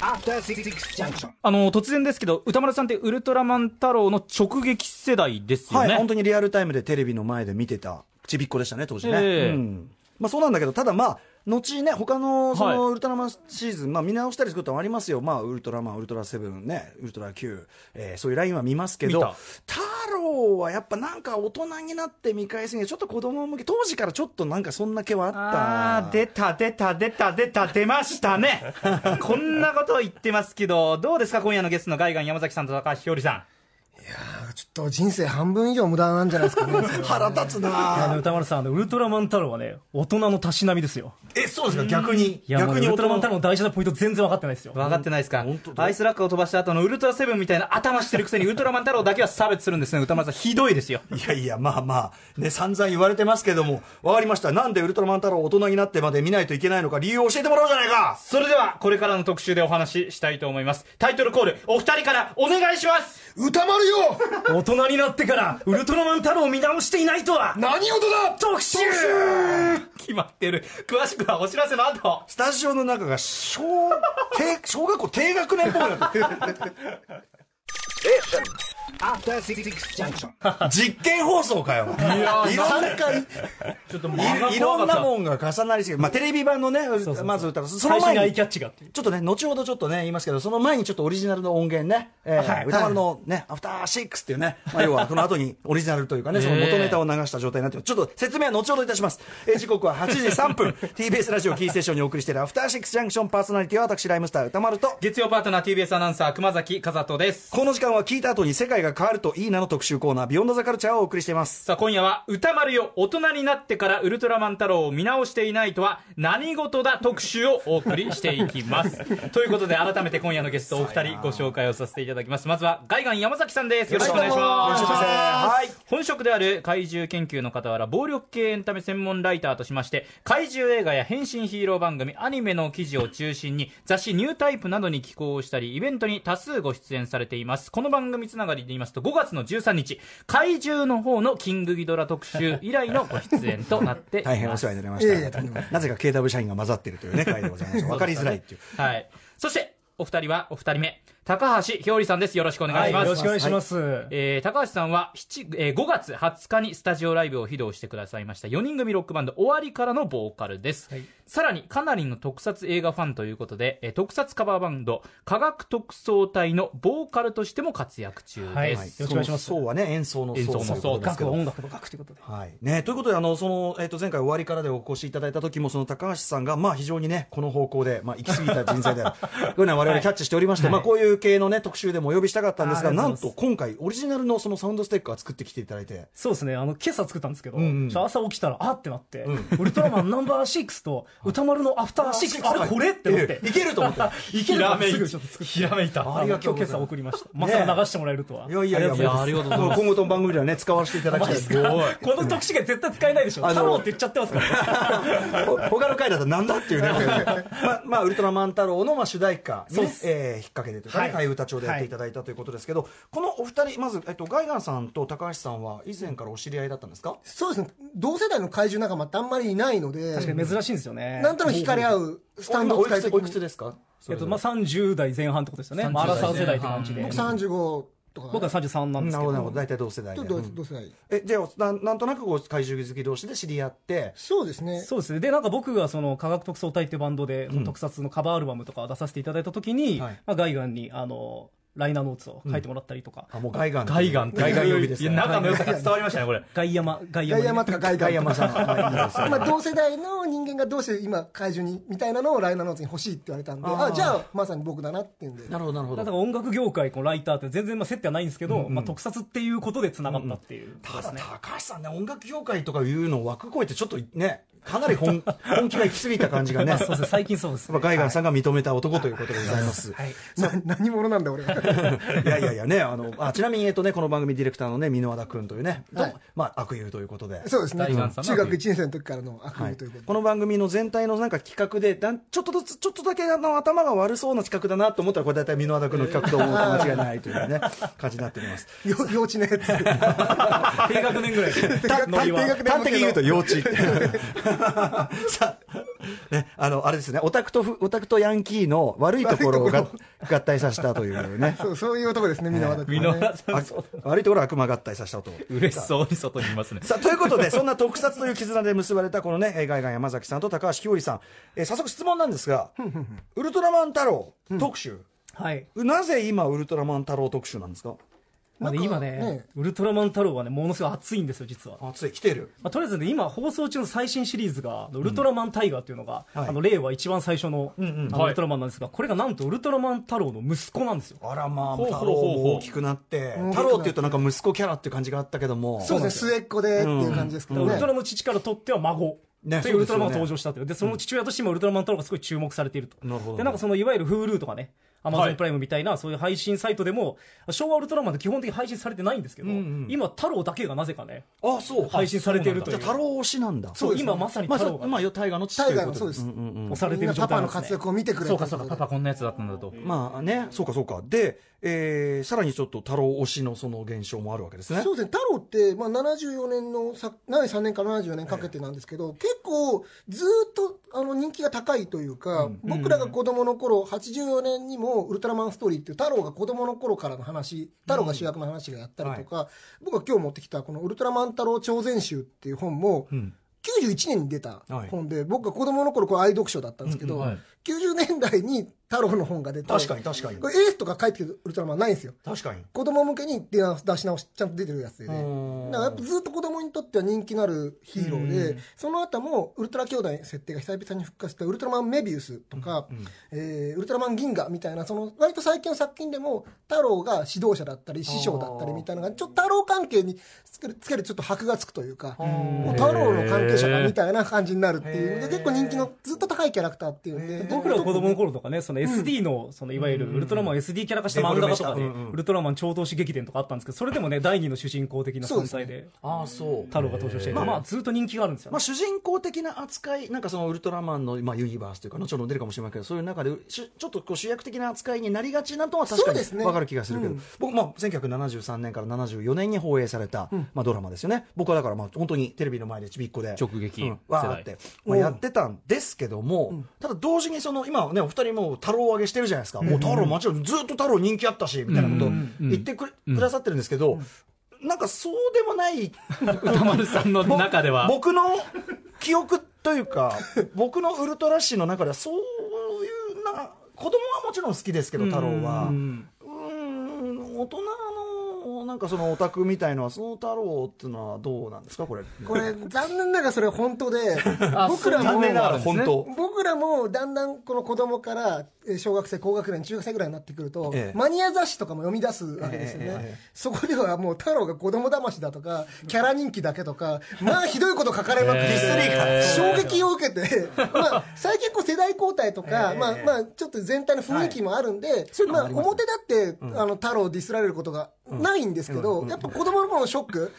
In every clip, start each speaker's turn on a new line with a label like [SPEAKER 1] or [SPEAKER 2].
[SPEAKER 1] After Six Junction。
[SPEAKER 2] あの、突然ですけど、歌丸さんってウルトラマン太郎の直撃世代ですよ
[SPEAKER 3] は
[SPEAKER 2] ね。
[SPEAKER 3] い、本当にリアルタイムでテレビの前で見てたちびっこでしたね、当時ね。
[SPEAKER 2] ええ
[SPEAKER 3] うんまあ、そうなんだけど、ただまあ、後ね、他のその
[SPEAKER 2] はい
[SPEAKER 3] ウルトラマンシーズン、まあ、見直したりすることはありますよ、まあ、ウルトラマン、ウルトラセブン、ね、ウルトラ Q、えーそういうラインは見ますけど
[SPEAKER 2] 見た、
[SPEAKER 3] 太郎はやっぱなんか大人になって見返すには、ちょっと子供向け、当時からちょっとなんかそんな気はあった。
[SPEAKER 2] あー出た出た出た出た出ました ねこんなこと言ってますけどどうですか今夜のゲストのガイガン山崎さんと高橋ひよりさ
[SPEAKER 4] ちょっと人生半分以上無駄なんじゃないですかね。
[SPEAKER 3] 腹立つ
[SPEAKER 5] いや
[SPEAKER 3] な
[SPEAKER 5] ね歌丸さん、あのウルトラマン太郎はね、大人のたしなみですよ。
[SPEAKER 3] え、そうですか、逆に。
[SPEAKER 5] いや、もう
[SPEAKER 3] 逆
[SPEAKER 5] ウ
[SPEAKER 3] に
[SPEAKER 5] ルトラマン太
[SPEAKER 3] 郎
[SPEAKER 5] 郎の大事なポイント全然分かってないですよ
[SPEAKER 2] ん。分かってないですかアイスラックを飛ばした後のウルトラセブンみたいな頭してるくせにウルトラマン太郎だけは差別するんですね歌丸さんひどいですよ
[SPEAKER 3] いやいや、まあまあ、ね、散々言われてますけども、わかりました。なんでウルトラマン太郎を大人になってまで見ないといけないのか、理由を教えてもらおうじゃないか
[SPEAKER 2] それではこれからの特集でお話ししたいと思いますタイトルコールお二人からお願いします
[SPEAKER 4] 歌丸よ
[SPEAKER 5] 大人になってから、ウルトラマン太郎を見直していないとは、
[SPEAKER 4] 何事だ
[SPEAKER 5] 特集
[SPEAKER 2] 決まってる詳しくはお知らせの後
[SPEAKER 3] スタジオの中が小、低小学校低学年っぽくなってる
[SPEAKER 1] After Six Junction。
[SPEAKER 3] 実験放送かよ。いろんな、
[SPEAKER 5] ちょっと
[SPEAKER 3] いいろんなもんが重なりすぎる。まあ、テレビ版のね、まず歌う。その
[SPEAKER 5] 最初にア
[SPEAKER 3] 前
[SPEAKER 5] イ
[SPEAKER 3] に
[SPEAKER 5] キ。ャッチがあっていう。
[SPEAKER 3] ちょっとね、後ほどちょっとね、言いますけど、その前にちょっとオリジナルの音源ね、えー
[SPEAKER 5] はい
[SPEAKER 3] 歌丸のね、アフターシックスっていうね、まあ、要はこの後にオリジナルというかね、その元ネタを流した状態になってますちょっと説明は後ほどいたします。えー時刻は8時3分、TBS ラジオキーステーションにお送りしているアフターシックスジャンクションパーソナリティは私、ライムスター歌丸と、
[SPEAKER 2] 月曜パートナー TBS アナウンサー熊崎和人です
[SPEAKER 3] この時間は聞いた後に世界が変わるといいなの特集コーナー、ビヨンドザカルチャーをお送りしています。
[SPEAKER 2] さあ今夜は歌丸よ大人になってからウルトラマン太郎を見直していないとは何事だ特集をお送りしていきます ということで改めて今夜のゲストお二人ご紹介をさせていただきますまずはガイガン山崎さんですよろしくお願いします
[SPEAKER 3] はい。
[SPEAKER 2] 本職である怪獣研究の傍ら暴力系エンタメ専門ライターとしまして怪獣映画や変身ヒーロー番組アニメの記事を中心に雑誌「ニュータイプ」などに寄稿したりイベントに多数ご出演されていますこの番組つながりで言いますと5月の13日怪獣の方のキングギドラ特集以来のご出演となってい ます
[SPEAKER 3] 大変お世話になりま
[SPEAKER 4] いやいや
[SPEAKER 3] し
[SPEAKER 4] とんでも
[SPEAKER 3] た。なぜか KW 社員が混ざってるというね、回でございます。わかりづらいっていう。
[SPEAKER 2] はいそしてお二人はお二人目高橋ひょうりさんですよろしくお願いします、
[SPEAKER 5] よろしくお願いします。
[SPEAKER 2] えー高橋さんは7、えー5月20日にスタジオライブを披露してくださいました4人組ロックバンド終わりからのボーカルです、さらにかなりの特撮映画ファンということで、えー特撮カバーバンド科学特捜隊のボーカルとしても活躍中です、
[SPEAKER 5] はいよろしくお願いします
[SPEAKER 3] その層はね、演奏の層
[SPEAKER 2] 演奏の層
[SPEAKER 3] ということですけ
[SPEAKER 5] 楽
[SPEAKER 3] ど
[SPEAKER 5] は音楽の楽ということで。
[SPEAKER 3] はいね、ということであのその、えっと前回終わりからでお越しいただいた時もその高橋さんが、まあ、非常に、ね、この方向で、まあ、行き過ぎた人 材であるこういうのは我々キャッチしておりまして、まあ、こういう系の、ね、特集でもお呼びしたかったんですが
[SPEAKER 5] あーありが
[SPEAKER 3] な
[SPEAKER 5] とうんございます
[SPEAKER 3] と今回オリジナルのそのサウンドステッカー作ってきていただいて。
[SPEAKER 5] そうですね、あの、今朝作ったんですけど、
[SPEAKER 3] んうん
[SPEAKER 5] ちょっと朝起きたら、あーってなって、ウルトラマンナンバー6と、歌丸のアフター6、あれこれって思って
[SPEAKER 3] ええ、いけると思って
[SPEAKER 5] いけるからすぐちょっと作って。ひらめいた。ありが
[SPEAKER 3] とう
[SPEAKER 5] 今
[SPEAKER 3] ご
[SPEAKER 5] 日
[SPEAKER 3] ざいます
[SPEAKER 5] 今朝送りました。まさか流してもらえるとは。
[SPEAKER 3] いやいやいや
[SPEAKER 5] ありがとうございます
[SPEAKER 2] りがとうございます
[SPEAKER 3] 今後とも番組では、ね、使わせていただきたいです
[SPEAKER 5] ごい。この特殊が絶対使えないでしょ。
[SPEAKER 3] あの
[SPEAKER 5] 太郎って言っちゃってますから。
[SPEAKER 3] ほ 他の回だとなんだっていうね、まあ、まあ、ウルトラマン太郎のまあ主題歌に、
[SPEAKER 5] そう
[SPEAKER 3] ね
[SPEAKER 5] っす
[SPEAKER 3] えー引っ掛けてというか、ね
[SPEAKER 5] は
[SPEAKER 3] 替
[SPEAKER 5] い
[SPEAKER 3] え歌帳でやっていただいたということですけど、このお二人、まず、えっと、ガイガンさんと高橋さんは以前からお知り合いだったんですか
[SPEAKER 4] そうですね。同世代の怪獣仲間ってあんまりいないので、
[SPEAKER 5] 確かに珍しいんですよね。
[SPEAKER 4] なんとなく惹かれ合うスタンド
[SPEAKER 3] お
[SPEAKER 4] を
[SPEAKER 3] いく
[SPEAKER 4] 使い
[SPEAKER 3] つ
[SPEAKER 4] 的
[SPEAKER 3] おいくつ
[SPEAKER 4] に。
[SPEAKER 3] ですか
[SPEAKER 5] えっと、まあ、30代前半ってことですよね。
[SPEAKER 2] 30
[SPEAKER 5] まあ、アラサー世代って感じで。
[SPEAKER 4] 僕35とか。
[SPEAKER 5] 僕は33なんです
[SPEAKER 3] な
[SPEAKER 5] け
[SPEAKER 3] るほど
[SPEAKER 5] ど。
[SPEAKER 3] なるほど大体同世代
[SPEAKER 4] ち
[SPEAKER 3] で
[SPEAKER 4] ょっとどう世代。
[SPEAKER 3] えじゃあななんとなくこう怪獣好き同士で知り合って
[SPEAKER 4] そうですね。
[SPEAKER 5] そうですね。で、なんか僕がその科学特捜隊っていうバンドで、特撮のカバーアルバムとか出させていただいたときに、
[SPEAKER 3] はい
[SPEAKER 5] まあ、ガイガンに、あの、ライナーノーツを書いてもらったりとか、
[SPEAKER 3] あもうガイガン
[SPEAKER 2] ガイガン
[SPEAKER 3] ガイガン呼びです
[SPEAKER 2] いや
[SPEAKER 3] ね
[SPEAKER 2] 仲の良さが伝わりましたねこれ
[SPEAKER 5] ガイヤマ、ガイ
[SPEAKER 4] ガ
[SPEAKER 5] ヤマ
[SPEAKER 4] イ
[SPEAKER 5] に。
[SPEAKER 4] ヤマとかガイガ
[SPEAKER 3] ガイ
[SPEAKER 4] ン
[SPEAKER 3] 山さんはいいいですね
[SPEAKER 4] まあ、同世代の人間がどうして今怪獣にみたいなのをライナーノーツに欲しいって言われたんであじゃあまさに僕だ なっていうんで
[SPEAKER 3] なるほどなるほ
[SPEAKER 5] だか
[SPEAKER 3] ど
[SPEAKER 5] ら音楽業界、このライターって全然まあ接点はないんですけど、まあ、特撮っていうことで繋がったっていうこ
[SPEAKER 3] た
[SPEAKER 5] とで
[SPEAKER 3] だ
[SPEAKER 5] すね。
[SPEAKER 3] 高橋さんね音楽業界とかいうのを枠超えてちょっとねかなり 本本気が行き過ぎた感じがね
[SPEAKER 5] ま あそうですね、最近そうです、
[SPEAKER 3] まあ、
[SPEAKER 5] ね。
[SPEAKER 3] ガイガンさんが認めた男ということでございます。
[SPEAKER 5] はい。
[SPEAKER 4] な 何者なんだ俺は
[SPEAKER 3] いやいやいやね、あの、あちなみに、えっとね、この番組ディレクターのね、箕輪田君というね、と
[SPEAKER 4] はい
[SPEAKER 3] まあ、悪友ということで。
[SPEAKER 4] そうですね
[SPEAKER 2] 大
[SPEAKER 4] 中
[SPEAKER 2] 岩さんの悪
[SPEAKER 4] 学
[SPEAKER 2] 夢
[SPEAKER 4] 1年生の時からの悪
[SPEAKER 3] は
[SPEAKER 4] 夢
[SPEAKER 3] い
[SPEAKER 4] ということで、
[SPEAKER 3] この番組の全体のなんか企画でだんちょっとずつちょっとだけあの頭が悪そうな企画だなと思ったらこれ大体箕輪田君の企画と思うと間違いないという ね感じになっております
[SPEAKER 4] よ幼稚なやつ
[SPEAKER 5] 低学年ぐらいで。
[SPEAKER 4] 低学
[SPEAKER 5] ノリは
[SPEAKER 4] 低学
[SPEAKER 3] 端的に言うと幼稚 さあ、ね、あの、あれですね、オタクとふ、オタクとヤンキーの悪いところをが合体させたという ね。
[SPEAKER 4] そうそういう男ですね、みんな
[SPEAKER 2] 箕輪さん
[SPEAKER 3] あ悪いところは悪魔合体させた男。
[SPEAKER 2] 嬉しそうに外にいますね
[SPEAKER 3] さあ、ということで、そんな特撮という絆で結ばれたこのね、えーガイガン山崎さんと高橋ひょうりさん。えー早速質問なんですが、ウルトラマン太郎特集。
[SPEAKER 5] はい。
[SPEAKER 3] なぜ今ウルトラマン太郎特集なんですか
[SPEAKER 5] まあね、
[SPEAKER 4] なんか
[SPEAKER 5] 今ね
[SPEAKER 4] ね
[SPEAKER 5] ウルトラマン太郎はね、ものすごい熱いんですよ、実は。ま
[SPEAKER 3] あ、つい来てる。
[SPEAKER 5] あ、とりあえずね、今放送中の最新シリーズが、あのウルトラマンタイガーっていうのが、
[SPEAKER 3] はい
[SPEAKER 5] あの、令和一番最初の、
[SPEAKER 3] んうん
[SPEAKER 5] あのウルトラマンなんですが、これがなんとウルトラマン太郎の息子なんですよ。
[SPEAKER 3] あらまあ、
[SPEAKER 2] ほうほう
[SPEAKER 3] 太
[SPEAKER 2] ほう
[SPEAKER 3] 郎
[SPEAKER 2] ほう
[SPEAKER 3] も大きくなって、太郎っていうとなんか息子キャラっていう感じがあったけども。
[SPEAKER 4] そうですね、末っ子でっていう感じですけど
[SPEAKER 5] ウル
[SPEAKER 4] ね
[SPEAKER 5] ト。ラの父からとっては孫。
[SPEAKER 3] ね
[SPEAKER 5] というウルトラマンが登場したという。で、その父親としてもウルトラマン太郎がすごい注目されていると。
[SPEAKER 3] なるほど
[SPEAKER 5] で、なんかその、いわゆる Hulu とかね、
[SPEAKER 2] は
[SPEAKER 5] Amazon
[SPEAKER 2] い
[SPEAKER 5] プライムみたいな、そういう配信サイトでも、昭和ウルトラマンって基本的に配信されてないんですけど、今、太郎だけがなぜかね、
[SPEAKER 3] あ、そう。
[SPEAKER 5] 配信されていると
[SPEAKER 3] じ
[SPEAKER 5] い
[SPEAKER 3] ゃあ
[SPEAKER 5] う。
[SPEAKER 3] 太郎推しなんだ。
[SPEAKER 5] そう、今まさに
[SPEAKER 3] まあ、
[SPEAKER 5] 太
[SPEAKER 3] そ
[SPEAKER 5] 郎
[SPEAKER 3] う
[SPEAKER 5] が
[SPEAKER 3] まあ、タイガーの父と
[SPEAKER 4] 大
[SPEAKER 3] いう
[SPEAKER 4] 河
[SPEAKER 3] こ
[SPEAKER 4] の
[SPEAKER 3] と
[SPEAKER 4] そう
[SPEAKER 3] で。
[SPEAKER 4] ですす。
[SPEAKER 5] 押さ
[SPEAKER 4] み
[SPEAKER 5] れて
[SPEAKER 4] ん
[SPEAKER 5] る
[SPEAKER 4] な
[SPEAKER 5] 状
[SPEAKER 4] パ
[SPEAKER 5] 態
[SPEAKER 4] パ
[SPEAKER 5] なん
[SPEAKER 4] の
[SPEAKER 5] です
[SPEAKER 4] 活
[SPEAKER 5] ね。
[SPEAKER 4] 躍を見てくれ て
[SPEAKER 2] そ
[SPEAKER 4] る
[SPEAKER 2] うかそうかパパこんなやつだったんだと
[SPEAKER 3] まあね、そうかそうか。で、えー、さらにちょっと太郎推しのその現象もあるわけですね。
[SPEAKER 4] そうですね、太郎って、まあ、74年のさ、73年から74年かけてなんですけど、結構、ずーっとあの人気が高いというか、僕らが子供の頃84年にも、ウルトラマンストーリーっていう、太郎が子供の頃からの話、太郎が主役の話がやったりとか、僕が今日持ってきた、このウルトラマン太郎超全集っていう本も、
[SPEAKER 3] うん。
[SPEAKER 4] 91年に出た本で、僕が子供の頃これ愛読書だったんですけど、
[SPEAKER 2] うんうんはい
[SPEAKER 4] 90年代に太郎の本が出て、
[SPEAKER 3] 確かに確かに。
[SPEAKER 4] これエースとか書いてるウルトラマンないんですよ。
[SPEAKER 3] 確かに。
[SPEAKER 4] 子供向けに出し直しちゃんと出てるやつでね
[SPEAKER 3] うん
[SPEAKER 4] だからやっぱずっと子供にとっては人気のあるヒーローで、
[SPEAKER 3] うん
[SPEAKER 4] その後もウルトラ兄弟の設定が久々に復活したウルトラマンメビウスとか、えーウルトラマン銀河みたいなその割と最近の作品でも太郎が指導者だったり師匠だったりみたいなのがちょっと太郎関係につけるつけるちょっと箔がつくというか、もう太郎の関係者がみたいな感じになるっていうので結構人気のずっと高いキャラクターっていうんで
[SPEAKER 5] 僕らは子供の頃とかね、その SD の、そのいわゆるウルトラマンを SD キャラ化した漫画とかで、
[SPEAKER 3] うんうん
[SPEAKER 5] ウルトラマン超投資劇伝とかあったんですけど、それでもね、第二の主人公的な存在で、
[SPEAKER 3] ああ、そう。
[SPEAKER 5] 太郎が登場していて、まあずっと人気があるんですよ
[SPEAKER 3] ま
[SPEAKER 5] ね
[SPEAKER 3] あ、。主人公的な扱い、なんかそのウルトラマンの、まあ、ユニバースというか、後ほど出るかもしれないけど、そういう中で、しちょっとこう主役的な扱いになりがちなとは確か
[SPEAKER 4] そうです
[SPEAKER 3] に
[SPEAKER 4] ね
[SPEAKER 3] わかる気がするけど、僕、まあ、1973年から74年に放映された、まあ、ドラマですよね。僕はだから、まあ、本当にテレビの前でちびっこで、
[SPEAKER 2] 直撃
[SPEAKER 3] うんわーって、まあ、やってたんですけども、ただ同時にその、今はね、お二人もう太郎を上げしてるじゃないですか。もう太郎もちろんずっと太郎人気あったし、みたいなことを言ってくれくださってるんですけど、なんかそうでもない
[SPEAKER 2] 歌丸さんの中では
[SPEAKER 3] 僕の記憶というか 僕のウルトラ誌の中ではそういうな子供はもちろん好きですけど太郎はうーん大人のなんかそのオタクみたいのはその太郎っていうのはどうなんですかこれ
[SPEAKER 4] これ残念ながらそれは本当で僕ら
[SPEAKER 2] そう残
[SPEAKER 4] も
[SPEAKER 2] 念ながら
[SPEAKER 3] 本当
[SPEAKER 4] 僕らもだんだんこの子供からえー小学生高学年中学生ぐらいになってくると、
[SPEAKER 3] ええ
[SPEAKER 4] マニア雑誌とかも読み出すわけですよね、
[SPEAKER 3] ええええ
[SPEAKER 4] そこではもう太郎が子供騙しだとかキャラ人気だけとかまあひどいこと書かれまくって、
[SPEAKER 3] ディ
[SPEAKER 2] ええ
[SPEAKER 3] スり
[SPEAKER 4] 衝撃を受けて、 まあ、最近こう世代交代とか、まあまあ、ちょっと全体の雰囲気もあるんで、
[SPEAKER 3] そういうの
[SPEAKER 4] ま
[SPEAKER 3] も
[SPEAKER 4] あ、
[SPEAKER 3] ありますね
[SPEAKER 4] 表だって、あの太郎をディスられることがないんですけど、やっぱ子供の頃のショック、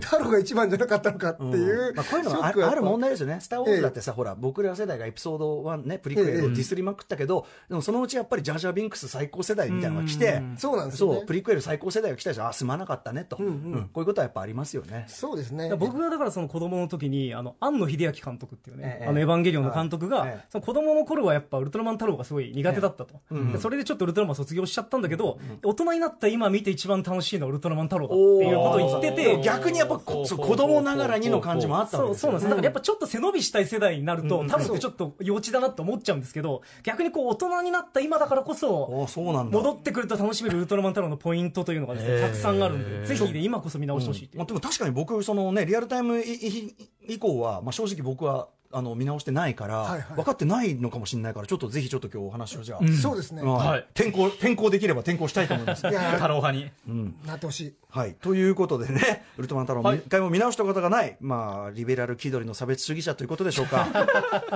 [SPEAKER 4] 太郎が一番じゃなかったのかっていう、
[SPEAKER 3] まあ、こういうの
[SPEAKER 4] ショ
[SPEAKER 3] は
[SPEAKER 4] ッ
[SPEAKER 3] あ
[SPEAKER 4] クはや
[SPEAKER 3] あ
[SPEAKER 4] っぱ
[SPEAKER 3] る問題ですよね、スター・ウォーズだってさ、ほら、僕ら世代がエピソード1ね、プリクエルをディスりまくったけど、でもそのうちやっぱりジャージャー・ビンクス最高世代みたいなのが来て、
[SPEAKER 4] そうなんですよね
[SPEAKER 3] そう、プリクエル最高世代が来たじゃん、あ、すまなかったねと、うんこういうことはやっぱありますよね。
[SPEAKER 4] そうですね。
[SPEAKER 5] だから僕がだからその子供の時に、あの、庵野秀明監督っていうね、
[SPEAKER 3] ええ
[SPEAKER 5] あの、エヴァンゲリオンの監督が、
[SPEAKER 3] はいええ
[SPEAKER 5] その子供の頃はやっぱウルトラマン太郎がすごい苦手だったと。でそれでちょっとウルトラマン卒業しちゃったんだけど、大人になった今見て一番楽しいのはウルトラマン太郎だっていうことを言って
[SPEAKER 2] お
[SPEAKER 5] て
[SPEAKER 2] ー、
[SPEAKER 3] 逆にやっぱこそう子供ながらにの感じもあったわけ
[SPEAKER 5] そう
[SPEAKER 3] です
[SPEAKER 5] そう
[SPEAKER 3] よ
[SPEAKER 5] なんです、だからやっぱちょっと背伸びしたい世代になると、多分ちょっと幼稚だなって思っちゃうんですけど、逆にこう大人になった今だからこそ、
[SPEAKER 3] あそうなんだ。
[SPEAKER 5] 戻ってくると楽しめるウルトラマン太郎のポイントというのがですね、たくさんあるんで、ぜひね、今こそ見直してほしいっていう
[SPEAKER 3] まあ、でも確かに僕、そのね、リアルタイムいい以降は、まあ、正直僕は、あの、見直してないから、
[SPEAKER 4] はいはい
[SPEAKER 3] 分かってないのかもしれないから、ちょっとぜひちょっと今日お話をじゃあ、
[SPEAKER 4] そうですね。
[SPEAKER 3] はい
[SPEAKER 2] はい
[SPEAKER 3] 転校、転校できれば転校したいと思い ます
[SPEAKER 4] い。や
[SPEAKER 2] 太郎派に
[SPEAKER 4] なってほしい。
[SPEAKER 3] はい。ということでね、ウルトラマン太郎、一回も見直したことがない、まあ、リベラル気取りの差別主義者ということでしょうか。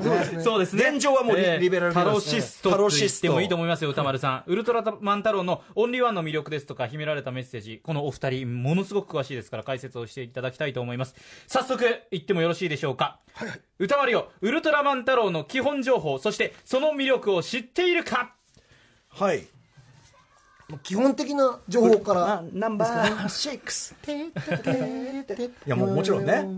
[SPEAKER 4] そうですね。
[SPEAKER 2] そうですね。
[SPEAKER 3] 現状はもうリリベラル
[SPEAKER 2] タロシスト
[SPEAKER 3] タロ
[SPEAKER 2] と言
[SPEAKER 3] シ
[SPEAKER 2] っ
[SPEAKER 3] ス
[SPEAKER 2] て
[SPEAKER 3] ト
[SPEAKER 2] もいいと思いますよ、歌丸さん。ウルトラマン太郎のオンリーワンの魅力ですとか、秘められたメッセージ、このお二人、ものすごく詳しいですから、解説をしていただきたいと思います。早速、言ってもよろしいでしょうか。歌丸よ、ウルトラマン太郎の基本情報、そして、その魅力を知っているか
[SPEAKER 3] はい。
[SPEAKER 4] 基本的な情報から。
[SPEAKER 3] ナンバー6。
[SPEAKER 4] い
[SPEAKER 3] いや、もうもちろんね。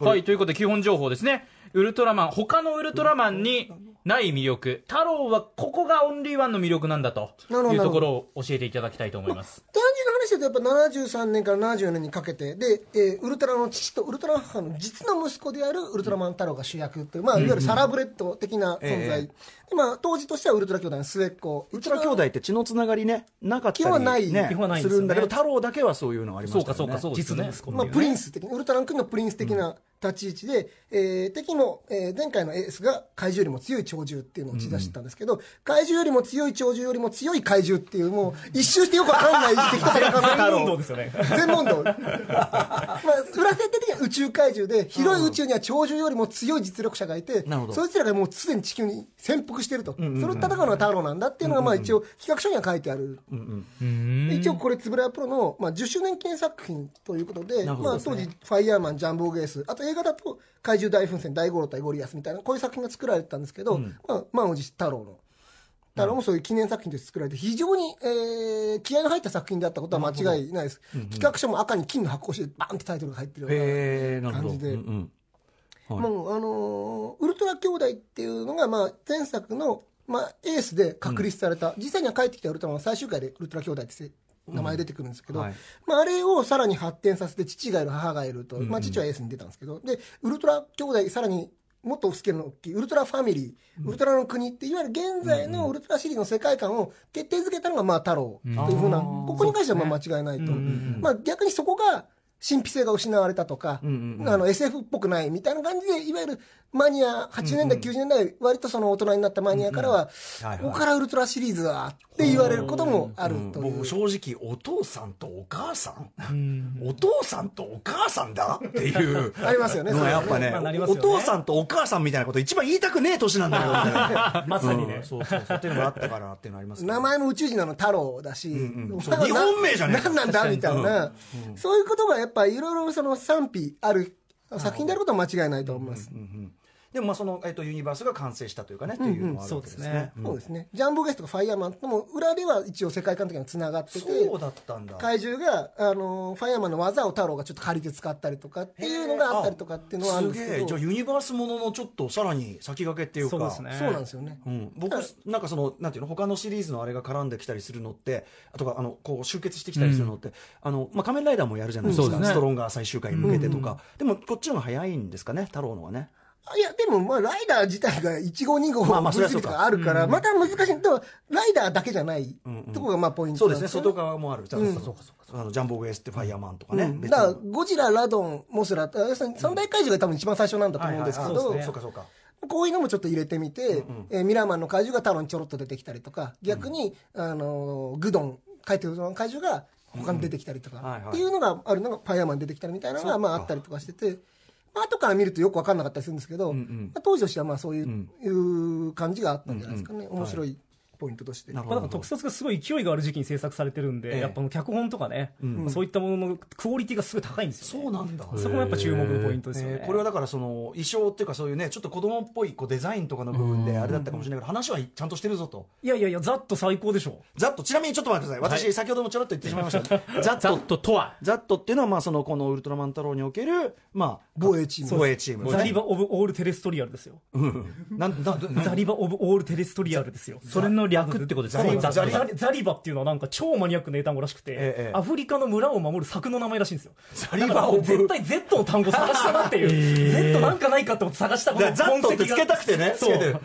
[SPEAKER 3] れ
[SPEAKER 2] はい、ということで基本情報ですね。ウルトラマン、他のウルトラマンにない魅力。太郎はここがオンリーワンの魅力なんだと
[SPEAKER 4] なるほど
[SPEAKER 2] いうところを教えていただきたいと思います。
[SPEAKER 4] 単純な話だとやっぱ73年から74年にかけてで、えーウルトラの父とウルトラ母の実の息子であるウルトラマン太郎が主役という、まあ、いわゆるサラブレッド的な存在、
[SPEAKER 3] ええ
[SPEAKER 4] でまあ、当時としてはウルトラ兄弟の末っ子
[SPEAKER 3] ウルトラ兄弟って血のつながりね、なかったり、
[SPEAKER 4] 基本はない
[SPEAKER 3] ね、
[SPEAKER 5] 基本はないん
[SPEAKER 3] す
[SPEAKER 5] ですよ
[SPEAKER 3] るん
[SPEAKER 5] ね
[SPEAKER 3] だけど、太郎だけはそういうのありました
[SPEAKER 2] そう
[SPEAKER 3] よね。
[SPEAKER 2] か、そうか、そうです
[SPEAKER 5] 実の
[SPEAKER 2] ね。
[SPEAKER 5] 息子
[SPEAKER 4] まあ、プリンス的なウルトラン君のプリンス的な立ち位置で、えー敵も、えー前回のエースが怪獣よりも強い鳥獣っていうのを打ち出してたんですけど、怪獣よりも強い鳥獣よりも強い怪獣っていうもう一周してよくわかんない敵と戦う
[SPEAKER 5] 全
[SPEAKER 4] 太
[SPEAKER 5] 問答
[SPEAKER 4] 郎
[SPEAKER 5] ですよね。
[SPEAKER 4] 全問答、まあ、裏設定的には宇宙怪獣で広い宇宙には鳥獣よりも強い実力者がいて
[SPEAKER 3] なるほど
[SPEAKER 4] そいつらがもうすでに地球に潜伏してると、それを戦うのが太郎なんだっていうのがまあ一応企画書には書いてある
[SPEAKER 2] うん
[SPEAKER 4] 一応これ、円谷プロの、まあ、10周年記念作品ということで、
[SPEAKER 3] なるほど
[SPEAKER 4] まあ、
[SPEAKER 3] です
[SPEAKER 4] 当
[SPEAKER 3] ね
[SPEAKER 4] 時、ファイヤーマン、ジャンボーゲース、あと映画だと、怪獣大噴戦、大五郎対ゴリアスみたいな、こういう作品が作られてたんですけど、まあ、満を持して太郎の。太郎もそういう記念作品として作られて、非常に、えー気合の入った作品であったことは間違いないです。企画書も赤に金の発行して、バーンってタイトルが入ってるような。
[SPEAKER 3] へえ、なるほど。
[SPEAKER 4] 感じで
[SPEAKER 3] うんうんはい
[SPEAKER 4] もうあのーウルトラ兄弟っていうのが、まあ、前作の、まあ、エースで確立された、実際には帰ってきたウルトラマン最終回でウルトラ兄弟ってせ名前出てくるんですけど、
[SPEAKER 3] はい
[SPEAKER 4] まあ、あれをさらに発展させて父がいる母がいると、まあ、父はエースに出たんですけどでウルトラ兄弟さらにもっとスケールの大きいウルトラファミリー、ウルトラの国っていわゆる現在のウルトラシリーズの世界観を決定づけたのがまあ太郎というふうな、
[SPEAKER 3] あー
[SPEAKER 4] ここに関してはまあ間違いないと、まあ、逆にそこが神秘性が失われたとか、
[SPEAKER 3] ん
[SPEAKER 4] あの SF っぽくないみたいな感じでいわゆるマニア80年代、90年代割とその大人になったマニアからは、
[SPEAKER 3] はいはい
[SPEAKER 4] ここからウルトラシリーズはって言われることもあるという、
[SPEAKER 3] 僕正直お父さんとお母さんお父さんとお母さんだっていう
[SPEAKER 4] あり ますよね
[SPEAKER 3] のはやっ
[SPEAKER 4] そ
[SPEAKER 3] ぱ
[SPEAKER 4] れ
[SPEAKER 3] ね
[SPEAKER 5] まあなります
[SPEAKER 3] お
[SPEAKER 5] よね
[SPEAKER 3] 父さんとお母さんみたいなこと一番言いたくねえ年なんだよみたいな
[SPEAKER 5] まさにね
[SPEAKER 3] うん。そうそうそうっていうのがあったからっていうのありますね
[SPEAKER 4] 名前も宇宙人なの太郎だし、
[SPEAKER 3] うん
[SPEAKER 4] お
[SPEAKER 3] そう
[SPEAKER 4] 前はな
[SPEAKER 3] 日本名じゃねえか
[SPEAKER 4] 何なんだみたいな、そういうことがやっぱいろいろその賛否ある作品であることは間違いないと思います。
[SPEAKER 3] でもまあそのえっとユニバースが完成したというかねっていうのはあるわけですねうん
[SPEAKER 4] そうですね、ジャンボゲストとかファイヤーマンとも裏では一応世界観的にはつながってて
[SPEAKER 3] そうだったんだ
[SPEAKER 4] 怪獣が、あのーファイヤーマンの技を太郎がちょっと借りて使ったりとかっていうのがあったりとかっていうのはあるんです
[SPEAKER 3] す
[SPEAKER 4] け
[SPEAKER 3] げえじゃ
[SPEAKER 4] ど
[SPEAKER 3] あユニバースもののちょっとさらに先駆けっていうか
[SPEAKER 5] そうですね。
[SPEAKER 4] そうなんですよね、
[SPEAKER 3] うん、僕なんかそのなんていうの他のシリーズのあれが絡んできたりするのってあとかあのこう集結してきたりするのって、あのまあ、仮面ライダーもやるじゃないですか、
[SPEAKER 2] うんそうですね
[SPEAKER 3] ストロンガー最終回に向けてとか、でもこっちの方が早いんですかね太郎のはね
[SPEAKER 4] あいやでもまあライダー自体が1号2号
[SPEAKER 3] まあまあそりゃ
[SPEAKER 4] V3
[SPEAKER 3] そう
[SPEAKER 4] と
[SPEAKER 3] か
[SPEAKER 4] かあるからまた難しいでもライダーだけじゃないとこがまあポイン
[SPEAKER 3] そ
[SPEAKER 4] ト
[SPEAKER 3] うで
[SPEAKER 4] なん
[SPEAKER 3] すね
[SPEAKER 4] よ
[SPEAKER 3] 外側もある、じゃあ
[SPEAKER 4] うん
[SPEAKER 3] そうかそうかあのジャンボウエスってファイヤーマンとか
[SPEAKER 4] う
[SPEAKER 3] ね、
[SPEAKER 4] んだ
[SPEAKER 3] 別
[SPEAKER 4] か
[SPEAKER 3] の
[SPEAKER 4] らゴジララドンモスラあ要するに三大怪獣が多分一番最初なんだと思うんですけ
[SPEAKER 3] はいはい
[SPEAKER 4] ど
[SPEAKER 3] はいそうかそうか
[SPEAKER 4] こういうのもちょっと入れてみて、えーミラーマンの怪獣がタロンにちょろっと出てきたりとか、逆に、あのーグドン、海底の怪獣が他に出てきたりと
[SPEAKER 3] うんはいは
[SPEAKER 4] か
[SPEAKER 3] い、
[SPEAKER 4] っていうのがあるのが、パイアーマン出てきたりみたいなのが、まああったりとかしてて、まあ後から見るとよく分かんなかったりするんですけど、まあ当時としてはまあそういう,、いう感じがあったんじゃないですかね。面白いポイントとして。
[SPEAKER 3] なる
[SPEAKER 5] ま
[SPEAKER 3] ほ
[SPEAKER 5] あ、
[SPEAKER 3] ど
[SPEAKER 5] だから特撮がすごい勢いがある時期に制作されてるんで、
[SPEAKER 3] ええ
[SPEAKER 5] やっぱもう脚本とかね、まあそういったもののクオリティがすごい高いんですよ、ね。
[SPEAKER 3] そうなんだ
[SPEAKER 5] そこもやっぱ注目のポイントですよね。
[SPEAKER 3] えーこれはだからその衣装っていうかそういうねちょっと子供っぽいこうデザインとかの部分であれだったかもしれないけど話はちゃんとしてるぞと
[SPEAKER 5] いやいやいや、ざっと最高でしょ。
[SPEAKER 3] ざっとちなみにちょっと待ってください私、先ほどもちょろっと言ってしまいました がざっ
[SPEAKER 2] ざ
[SPEAKER 3] と
[SPEAKER 2] っととは。
[SPEAKER 3] ザットっていうのは、まあ、その、このウルトラマン太郎における、まあ、
[SPEAKER 4] 防衛チーム
[SPEAKER 3] 防衛チーム。
[SPEAKER 5] ザリバ・オブ・オール・テレストリアルですよ。
[SPEAKER 3] なん、 なん、なん
[SPEAKER 5] ザリバ・オブ・オール・テレストリアルですよ。
[SPEAKER 2] それの略ってことです
[SPEAKER 5] そう
[SPEAKER 2] ね。
[SPEAKER 5] ザ
[SPEAKER 2] ざっ
[SPEAKER 5] リ
[SPEAKER 2] と
[SPEAKER 5] ザリザリバっていうのはなんか超マニアックな英単語らしくて、
[SPEAKER 3] ええ
[SPEAKER 5] アフリカの村を守る柵の名前らしいんですよ。
[SPEAKER 3] ザリバオブ
[SPEAKER 5] だから絶対 Z の単語探し たなっていう。Z なんかないかってこと探したこ
[SPEAKER 3] だ
[SPEAKER 5] と
[SPEAKER 3] からザットってつけたくてね
[SPEAKER 5] そ
[SPEAKER 3] つけてる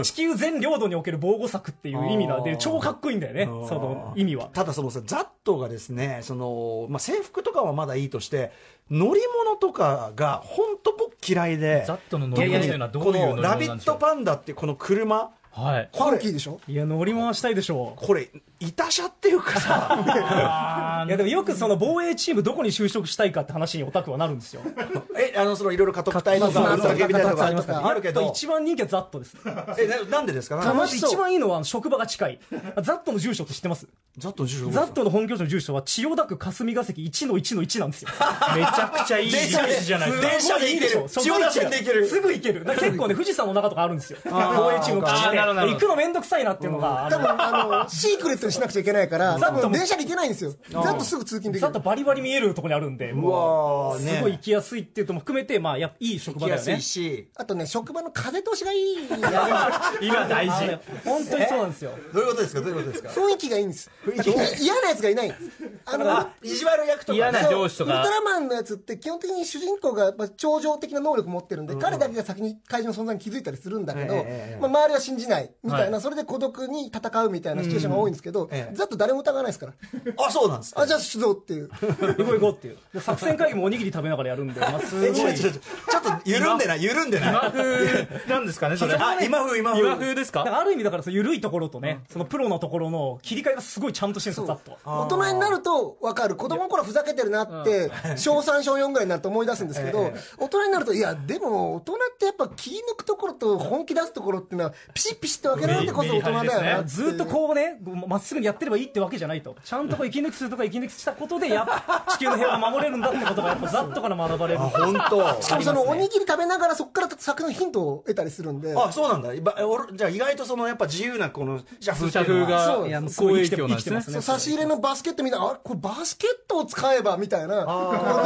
[SPEAKER 5] う。 地球全領土における防護柵っていう意味なん
[SPEAKER 3] あ
[SPEAKER 5] で、
[SPEAKER 3] ー
[SPEAKER 5] 超かっこいいんだよね、その意味は。
[SPEAKER 3] ただそのさ、ザットがですね、その、まあ、制服とかはまだいいとして、乗り物とかが、ほんと僕嫌いで。
[SPEAKER 2] ざっとの乗り物というのはどういう乗り
[SPEAKER 3] こ
[SPEAKER 2] 物
[SPEAKER 3] の、ラ
[SPEAKER 2] なんで
[SPEAKER 3] ビ
[SPEAKER 2] しょう
[SPEAKER 3] ットパンダってこの車、
[SPEAKER 2] はい。
[SPEAKER 4] ファンキーでしょ
[SPEAKER 5] いや、乗り回したいでしょう。
[SPEAKER 3] これ、いたしゃっていうかさ、
[SPEAKER 5] いや、でもよくその防衛チームどこに就職したいかって話にオタクはなるんですよ。
[SPEAKER 3] え、あの、その、いろいろ家督隊と
[SPEAKER 4] ま
[SPEAKER 3] か、
[SPEAKER 4] あ
[SPEAKER 3] ウルトラ系みたいなの
[SPEAKER 4] まあまあま
[SPEAKER 3] が
[SPEAKER 4] あ
[SPEAKER 3] あるけど、
[SPEAKER 5] 一番人気はザットです。
[SPEAKER 3] え、ななんでですか
[SPEAKER 4] ま
[SPEAKER 5] ま
[SPEAKER 4] ず
[SPEAKER 5] ず一番いいのは職場が近い。ザットの住所って知ってます
[SPEAKER 3] ザットの住所どこです
[SPEAKER 5] ザ
[SPEAKER 3] か
[SPEAKER 5] ットの本拠地の住所は千代田区霞が関1の1の1なんですよ。
[SPEAKER 2] めちゃくちゃいい
[SPEAKER 3] 電車で
[SPEAKER 2] 位置じゃないですか。
[SPEAKER 3] 電車で行ける
[SPEAKER 5] そこ
[SPEAKER 3] 千代田線で行ける
[SPEAKER 5] すぐ行ける。だから結構ね、富士山の中とかあるんですよ。
[SPEAKER 3] ー
[SPEAKER 5] 防衛チームが
[SPEAKER 2] あーなるほどなるほ
[SPEAKER 5] 行
[SPEAKER 2] ど
[SPEAKER 5] くのめんどくさいなっていうのが、あ
[SPEAKER 4] 多
[SPEAKER 5] の
[SPEAKER 4] 分あのシークレットにしなくちゃいけないから多
[SPEAKER 5] ざっと
[SPEAKER 4] 分電車で行けないんですよざっとすぐ通勤でき
[SPEAKER 5] ザ
[SPEAKER 4] る
[SPEAKER 5] ッとバリバリ見えるところにあるんで、
[SPEAKER 3] うわ
[SPEAKER 5] も
[SPEAKER 3] ー
[SPEAKER 5] う、
[SPEAKER 3] ね
[SPEAKER 5] すごい行きやすいっていうと、含めて、まあ、やっぱいい職場
[SPEAKER 3] きや
[SPEAKER 5] だよ
[SPEAKER 3] す
[SPEAKER 5] ね
[SPEAKER 3] い。し。
[SPEAKER 4] あとね、職場の風通しがいい。
[SPEAKER 2] 今大
[SPEAKER 5] あ
[SPEAKER 2] 事
[SPEAKER 5] の本当にそうなんですよ。
[SPEAKER 3] どういうことですかどういうことですか
[SPEAKER 4] 雰囲気がいいんです。だって嫌なやつがいない。あの、
[SPEAKER 3] あ、意地悪役とか
[SPEAKER 2] 嫌
[SPEAKER 3] ね。
[SPEAKER 2] な上司と
[SPEAKER 4] ウルト
[SPEAKER 2] か
[SPEAKER 4] ラマンのやつって基本的に主人公がやっぱ超常的な能力持ってるんで、彼だけが先に怪獣の存在に気づいたりするんだけど、
[SPEAKER 3] ええええ
[SPEAKER 4] まあ、周りは信じないみたいな、
[SPEAKER 2] は
[SPEAKER 4] それで孤独に戦うみたいなシチュエーションが多いんですけど、
[SPEAKER 3] ええ
[SPEAKER 4] ざっと誰も疑わないですから、
[SPEAKER 3] あ、そうなんですか
[SPEAKER 4] あじゃあ出動っていう
[SPEAKER 5] 行こう行こうっていう。で作戦会議もおにぎり食べながらやるんで、まあ、す
[SPEAKER 3] え違う
[SPEAKER 5] ごい。
[SPEAKER 3] 違う違うちょっと緩んでない、緩んでない。
[SPEAKER 2] 今風なんですかねそれ
[SPEAKER 3] あ、今風、今風。
[SPEAKER 2] 今風です
[SPEAKER 5] だか
[SPEAKER 2] から
[SPEAKER 5] ある意味だからその緩いところとね、そのプロのところの切り替えがすごいちゃんとしてるんですよ、ざっと。
[SPEAKER 4] 大人になると分かる子供の頃ふざけてるなって小3小4ぐらいになると思い出すんですけど大人になるといやでも大人ってやっぱ切り抜くところと本気出すところっていうのはピシッピシって分けられてこそ大人だよなっていう
[SPEAKER 5] ずっとこうね、まっすぐにやってればいいってわけじゃないと。ちゃんとこう息抜きするとか息抜きしたことで、やっぱ地球の平和が守れるんだってことが、やっぱざっとから学ばれる。
[SPEAKER 3] あ、本
[SPEAKER 4] し
[SPEAKER 3] 当。
[SPEAKER 4] かもそのおにぎり食べながらそこから作品のヒントを得たりするんで
[SPEAKER 3] あ、そうなんだ。いばおろじゃあ意外とその、やっぱ自由なこの、シャフって
[SPEAKER 2] 社
[SPEAKER 3] いう
[SPEAKER 2] 風
[SPEAKER 3] のは。
[SPEAKER 4] そう
[SPEAKER 2] が
[SPEAKER 4] い
[SPEAKER 5] やもうす
[SPEAKER 2] 好
[SPEAKER 5] ごい
[SPEAKER 2] 影
[SPEAKER 5] 生きて
[SPEAKER 2] 響なんですね
[SPEAKER 5] 生きて
[SPEAKER 4] そう差し入れのバスケットみたいなあれこれバスケットを使えばみたいなどんどんどんどん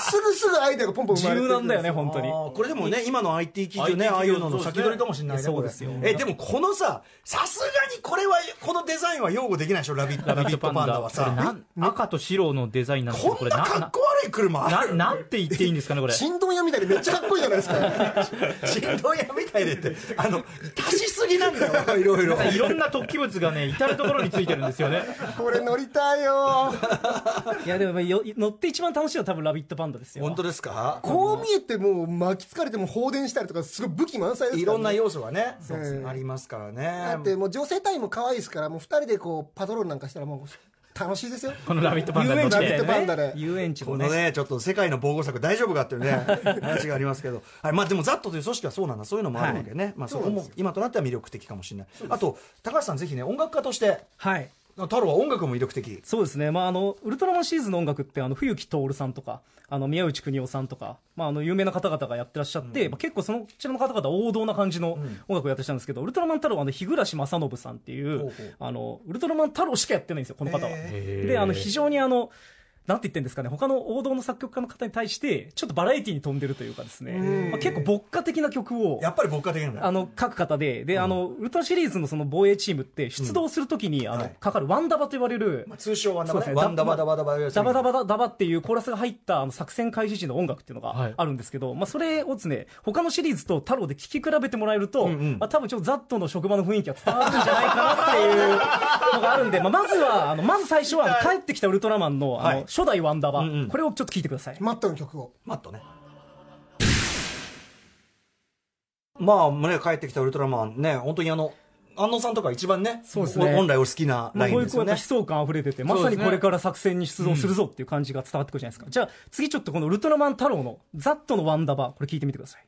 [SPEAKER 4] すぐすぐアイデアがポンポン生まれてく
[SPEAKER 5] 柔
[SPEAKER 4] る
[SPEAKER 5] 軟だよね、本当に。
[SPEAKER 3] あーこれでもね、今の IT 企業ね、
[SPEAKER 2] IT
[SPEAKER 3] ああいうのの
[SPEAKER 2] そうですね
[SPEAKER 3] 先取りかもしれないね、
[SPEAKER 5] いや
[SPEAKER 3] これ
[SPEAKER 5] そうですよ
[SPEAKER 3] え、でもこのさ、さすがにこれは、このデザインは擁護できないでしょ、ラビット
[SPEAKER 2] ラ
[SPEAKER 3] ラ
[SPEAKER 2] ビ
[SPEAKER 3] ビ
[SPEAKER 2] ッ
[SPEAKER 3] ッ
[SPEAKER 2] ト
[SPEAKER 3] トパ
[SPEAKER 2] パ
[SPEAKER 3] ン
[SPEAKER 2] ン
[SPEAKER 3] ダ
[SPEAKER 2] ダ
[SPEAKER 3] は
[SPEAKER 2] は
[SPEAKER 3] さ。
[SPEAKER 2] さ赤と白のデザインなんですけど
[SPEAKER 3] こ
[SPEAKER 2] こ
[SPEAKER 3] ん
[SPEAKER 2] れ
[SPEAKER 3] な
[SPEAKER 2] な
[SPEAKER 3] かっ
[SPEAKER 2] な
[SPEAKER 3] こ悪い車あ
[SPEAKER 2] な
[SPEAKER 3] る
[SPEAKER 2] なんて言っていいんですかねこれ
[SPEAKER 4] 振動屋みたいでめっちゃかっこいいじゃないですか
[SPEAKER 3] 振動屋みたいでって、あの、足しすぎなんだよ、いろいろ。
[SPEAKER 2] いろんな突起物がね至る所についてるんですよね
[SPEAKER 4] これ乗りたいよ
[SPEAKER 5] いや、でもよ乗って一番楽しいのは多分ラビットバンドですよ。
[SPEAKER 3] 本当ですか
[SPEAKER 4] こう見えてもう巻きつかれても放電したりとかすごい武器満載ですから、ね、
[SPEAKER 3] いろんな要素がね、
[SPEAKER 4] うですね
[SPEAKER 3] ありますから
[SPEAKER 4] だ
[SPEAKER 3] ね
[SPEAKER 4] っ。てもう女性隊員も可愛いですからもう2人でこうパトロールなんかしたらもう楽しいですよ
[SPEAKER 2] このラビットパンダに乗っ
[SPEAKER 4] ラビッ
[SPEAKER 2] て
[SPEAKER 4] トパンダで
[SPEAKER 5] 遊園地
[SPEAKER 3] こ
[SPEAKER 5] も
[SPEAKER 3] の
[SPEAKER 5] ね。
[SPEAKER 3] ね、ちょっと世界の防護策大丈夫かっていうね、話がありますけど。はい、まあでも、ザットという組織はそうなんだ、そういうのもあるわけね。まあそこも、今となっては魅力的かもしれない。あと、高橋さんぜひね、音楽家として、
[SPEAKER 5] はい。
[SPEAKER 3] 太郎は音楽も魅力的。
[SPEAKER 5] そうですね、まあ、あのウルトラマンシリーズの音楽ってあの冬木徹さんとかあの宮内邦夫さんとか、まあ、あの有名な方々がやってらっしゃって、まあ、結構そのこちらの方々は王道な感じの音楽をやってらっしゃるんですけど、ウルトラマン太郎はあの日暮正信さんっていう
[SPEAKER 3] ほうほう
[SPEAKER 5] あのウルトラマン太郎しかやってないんですよこの方は。
[SPEAKER 2] へー
[SPEAKER 5] であの非常にあのなんて言ってんですかね他の王道の作曲家の方に対してちょっとバラエティに富んでるというかですね、まあ、結構牧歌的な曲を
[SPEAKER 3] やっぱり僕ができるんだ
[SPEAKER 5] あ
[SPEAKER 3] よ。
[SPEAKER 5] の、各方で、で、あの、ウルトラシリーズのその防衛チームって、出動するときに、あ
[SPEAKER 3] は
[SPEAKER 5] の
[SPEAKER 3] い、
[SPEAKER 5] かかるワンダバと言われる
[SPEAKER 3] まあ、通称ワンダ
[SPEAKER 5] そう
[SPEAKER 3] バ
[SPEAKER 5] で
[SPEAKER 3] ね。
[SPEAKER 5] すね
[SPEAKER 3] ワンダバダバダバダバ
[SPEAKER 5] ダバダバダダバっていうコーラスが入ったあの作戦開始時の音楽っていうの
[SPEAKER 2] は
[SPEAKER 5] が
[SPEAKER 2] い
[SPEAKER 5] あるんですけど、まあそれをですね、他のシリーズと太郎で聴き比べてもらえると、まあ多分ちょっとザットの職場の雰囲気が伝わるんじゃないかなっていうのがあるんで、まあまずは、あの、まず最初はあの帰ってきたウルトラマンのあ
[SPEAKER 3] はい
[SPEAKER 5] の初代ワンダバ
[SPEAKER 3] うんうん、
[SPEAKER 5] これをちょっと聴いてください。
[SPEAKER 4] マットの曲を
[SPEAKER 3] マットね。まあ、ね、帰ってきたウルトラマンね、本当にあの、安野さんとか一番ね、
[SPEAKER 5] そうですね
[SPEAKER 3] お本来俺好きなラ
[SPEAKER 5] まあ
[SPEAKER 3] イ
[SPEAKER 5] こ
[SPEAKER 3] ン
[SPEAKER 5] う
[SPEAKER 3] で
[SPEAKER 5] いう
[SPEAKER 3] す
[SPEAKER 5] こ
[SPEAKER 3] よ
[SPEAKER 5] うやっぱ
[SPEAKER 3] ね
[SPEAKER 5] 悲。壮感あふれてて、まさにこれから作戦に出動するぞっていう感じが伝わってくるじゃないですか。じゃあ次ちょっとこのウルトラマン太郎のザットのワンダバ、これ聴いてみてください。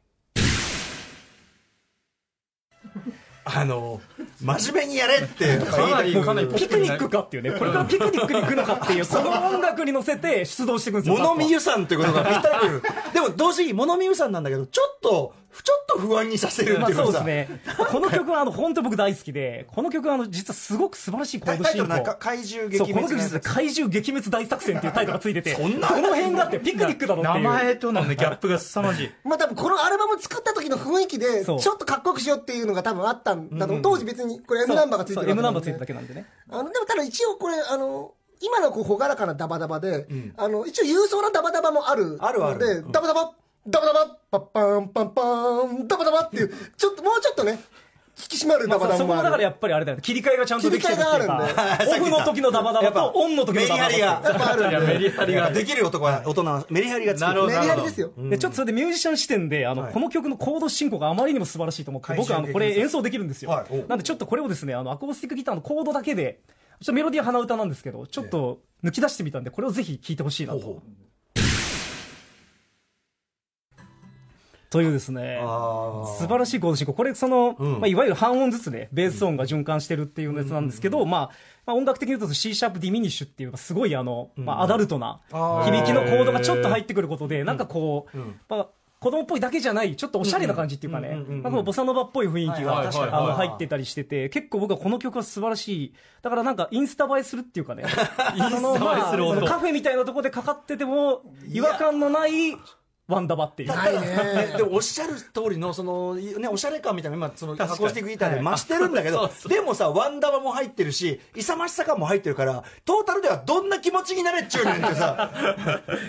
[SPEAKER 3] あの、真面目にやれって、やっぱ
[SPEAKER 2] かな
[SPEAKER 3] り
[SPEAKER 2] り
[SPEAKER 3] 言いたく
[SPEAKER 2] かなり
[SPEAKER 5] ピクニックかっていうね、これからピクニックに行くのかっていう、この音楽に乗せて出動していくんですよ。
[SPEAKER 3] 物見
[SPEAKER 5] ザッ
[SPEAKER 3] 湯さんってことがぴったりくる。 でも同時に物見湯さんなんだけど、ちょっと、ちょっと不安にさせる
[SPEAKER 5] ト
[SPEAKER 3] っ
[SPEAKER 5] ま
[SPEAKER 3] て
[SPEAKER 5] あ
[SPEAKER 3] いうかさ
[SPEAKER 5] そうですね。この曲はあの、本当僕大好きで、この曲はあの、実はすごく素晴らしいコ
[SPEAKER 3] タ
[SPEAKER 5] ード
[SPEAKER 3] タイ
[SPEAKER 5] 進
[SPEAKER 3] トルなん
[SPEAKER 5] 行
[SPEAKER 3] か。怪獣
[SPEAKER 5] そう、
[SPEAKER 3] 撃
[SPEAKER 5] この曲
[SPEAKER 3] 滅
[SPEAKER 5] 実
[SPEAKER 3] ね
[SPEAKER 5] は怪獣撃滅大作戦っていうタイトルがついてて、
[SPEAKER 3] そんな
[SPEAKER 5] この辺だってピクニックだろっていう。
[SPEAKER 2] 名前とのねギャップが凄まじい
[SPEAKER 4] まあ多分このアルバム作った時の雰囲気でちょ
[SPEAKER 5] そう
[SPEAKER 4] っとかっこよくしようっていうのが多分あったんだと思う当時別にこれ M ナンバーがついて
[SPEAKER 5] そう
[SPEAKER 4] る
[SPEAKER 5] そう M
[SPEAKER 4] わけだ
[SPEAKER 5] ナン
[SPEAKER 4] も
[SPEAKER 5] バー
[SPEAKER 4] ん
[SPEAKER 5] つい
[SPEAKER 4] ね
[SPEAKER 5] てるだけなんでね。
[SPEAKER 4] あのでもただ一応これあの今のこう朗らかなダバダバで、あの一応勇壮なダバダバもある
[SPEAKER 3] あるある
[SPEAKER 4] ので、ダバダバダバダバパッパンパンパンダバダバっていうちょっともうちょっとね引き締まる
[SPEAKER 5] ま
[SPEAKER 4] ダ
[SPEAKER 5] あ
[SPEAKER 4] バダ
[SPEAKER 5] そ
[SPEAKER 4] バ
[SPEAKER 5] そこ
[SPEAKER 4] も
[SPEAKER 5] も
[SPEAKER 4] あ
[SPEAKER 5] だから
[SPEAKER 4] る。
[SPEAKER 5] やっぱりあれだよね、切り替えがちゃんとできてるっていうか
[SPEAKER 4] 切り替えがあ、
[SPEAKER 5] オフの時のダバダバ
[SPEAKER 3] やっ
[SPEAKER 5] と
[SPEAKER 3] ぱ
[SPEAKER 5] オンの時の
[SPEAKER 3] メリ
[SPEAKER 5] ダ
[SPEAKER 3] ハ
[SPEAKER 5] バ
[SPEAKER 3] リ
[SPEAKER 5] ダ
[SPEAKER 4] やっ
[SPEAKER 3] が、
[SPEAKER 4] ぱあるんで
[SPEAKER 2] メリハリが
[SPEAKER 3] できる男は、大人は、メリハリがつく。
[SPEAKER 2] なるほど
[SPEAKER 4] メリハリですよ。
[SPEAKER 5] バ。でちょっとそれでミュージシャン視点で、あの、この曲のコード進行があまりにも素晴らしいと思って、
[SPEAKER 3] 怪
[SPEAKER 5] 僕、あ
[SPEAKER 3] 獣
[SPEAKER 5] の、これ
[SPEAKER 3] 劇
[SPEAKER 5] 演奏できるんですよ
[SPEAKER 3] はいおう。
[SPEAKER 5] なんでちょっとこれをですね、あの、アコースティックギターのコードだけで、ちょっとメロディーは鼻歌なんですけど、ちょっと抜き出してみたんで、これをぜひ聴いてほしいな
[SPEAKER 3] ほう
[SPEAKER 5] と。というですね。
[SPEAKER 3] あー
[SPEAKER 5] 素晴らしいコード進行。これ、その、
[SPEAKER 3] ん
[SPEAKER 5] まあ、いわゆる半音ずつね、ベース音が循環してるっていうやつなんですけど、まあ、まあ、音楽的に言うと C シャープディミニッシュっていう、すごいあの、まあ、アダルトな
[SPEAKER 3] あー
[SPEAKER 5] 響きのコードがちょっと入ってくることで、なんかこう、まあ、子供っぽいだけじゃない、ちょっとおしゃれな感じっていうかね、
[SPEAKER 3] うんうんうんうん
[SPEAKER 5] なんかボサノバっぽい雰囲気
[SPEAKER 3] はい
[SPEAKER 5] が、
[SPEAKER 2] はいはい
[SPEAKER 5] あの、
[SPEAKER 3] はい
[SPEAKER 5] 入ってたりしてて、結構僕はこの曲は素晴らしい。だからなんかインスタ映えするっていう かね、インス
[SPEAKER 2] タ映えする音
[SPEAKER 5] カフェみたいなところでかかってても、違和感のない、ワンダバっていう。
[SPEAKER 4] ないね
[SPEAKER 3] ね、でもおっしゃる通りのその、いね、おしゃれ感みたいなの今そのア
[SPEAKER 2] 確かに
[SPEAKER 3] コースティックギターで増してるんだけど、
[SPEAKER 2] はいそうそう
[SPEAKER 3] でもさワンダマも入ってるし勇ましさ感も入ってるからトータルではどんな気持ちになれっちゅうねんって さ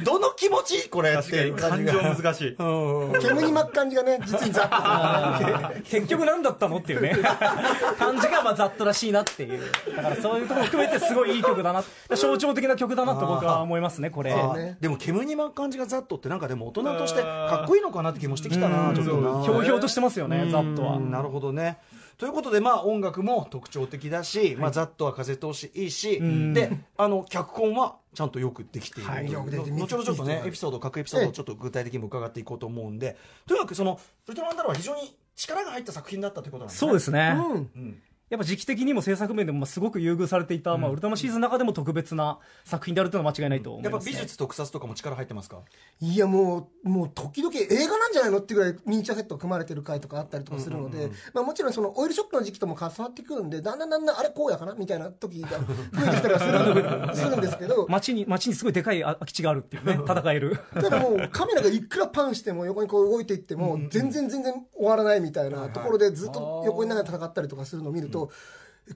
[SPEAKER 3] どの気持ちこれっていう感じが
[SPEAKER 2] 難しい
[SPEAKER 3] うん
[SPEAKER 4] 煙に巻く感じがね実にざっくり
[SPEAKER 5] 結局何だったのっていうね 感じがまあざっとらしいなっていうだからそういうところ含めてすごいいい曲だな象徴的な曲だなと僕は思いますねこれ
[SPEAKER 3] あ
[SPEAKER 4] ね
[SPEAKER 3] でも煙に巻く感じがザッとってなんかでも大人としてかっこいいのかなって気もしてきた
[SPEAKER 5] う
[SPEAKER 3] なんちょっとな
[SPEAKER 5] ひょうひょうとしてますよねざっとは
[SPEAKER 3] なるほどね。ということで、まあ、音楽も特徴的だし、まあ、ざっとは風通しいいし、で、あの、脚本はちゃんとよくできている。
[SPEAKER 4] はいよくできて
[SPEAKER 3] の後ほどちょっと
[SPEAKER 4] 見
[SPEAKER 3] ね
[SPEAKER 4] て、
[SPEAKER 3] エピソード、各エピソードをちょっと具体的にも伺っていこうと思うんで、とにかくその、ウルトラマンダロは非常に力が入った作品だったということなんですね。
[SPEAKER 5] そうですね、
[SPEAKER 3] う
[SPEAKER 4] うん
[SPEAKER 3] ん。
[SPEAKER 5] やっぱ時期的にも制作面でもまあすごく優遇されていた、まあ、ウルトラマンシリーズの中でも特別な作品であるというのは間違いないと思い
[SPEAKER 3] やっぱ
[SPEAKER 5] ます、ね
[SPEAKER 3] 美術特撮とかも力入ってますか
[SPEAKER 4] いやもう、もう時々映画なんじゃないのってぐらいミニチュアセットが組まれてる回とかあったりとかするので、まあもちろんそのオイルショックの時期とも重なってくるんで、だんだんだんだんあれこうやかなみたいな時が増えてきたりはするするんですけ ど、
[SPEAKER 5] 街に街にすごいでかいあ空き地があるっていうね戦える
[SPEAKER 4] ただもうカメラがいくらパンしても横にこう動いていっても、全然全然終わらないみたいなところでずっと横にながら戦ったりとかするのを見ると、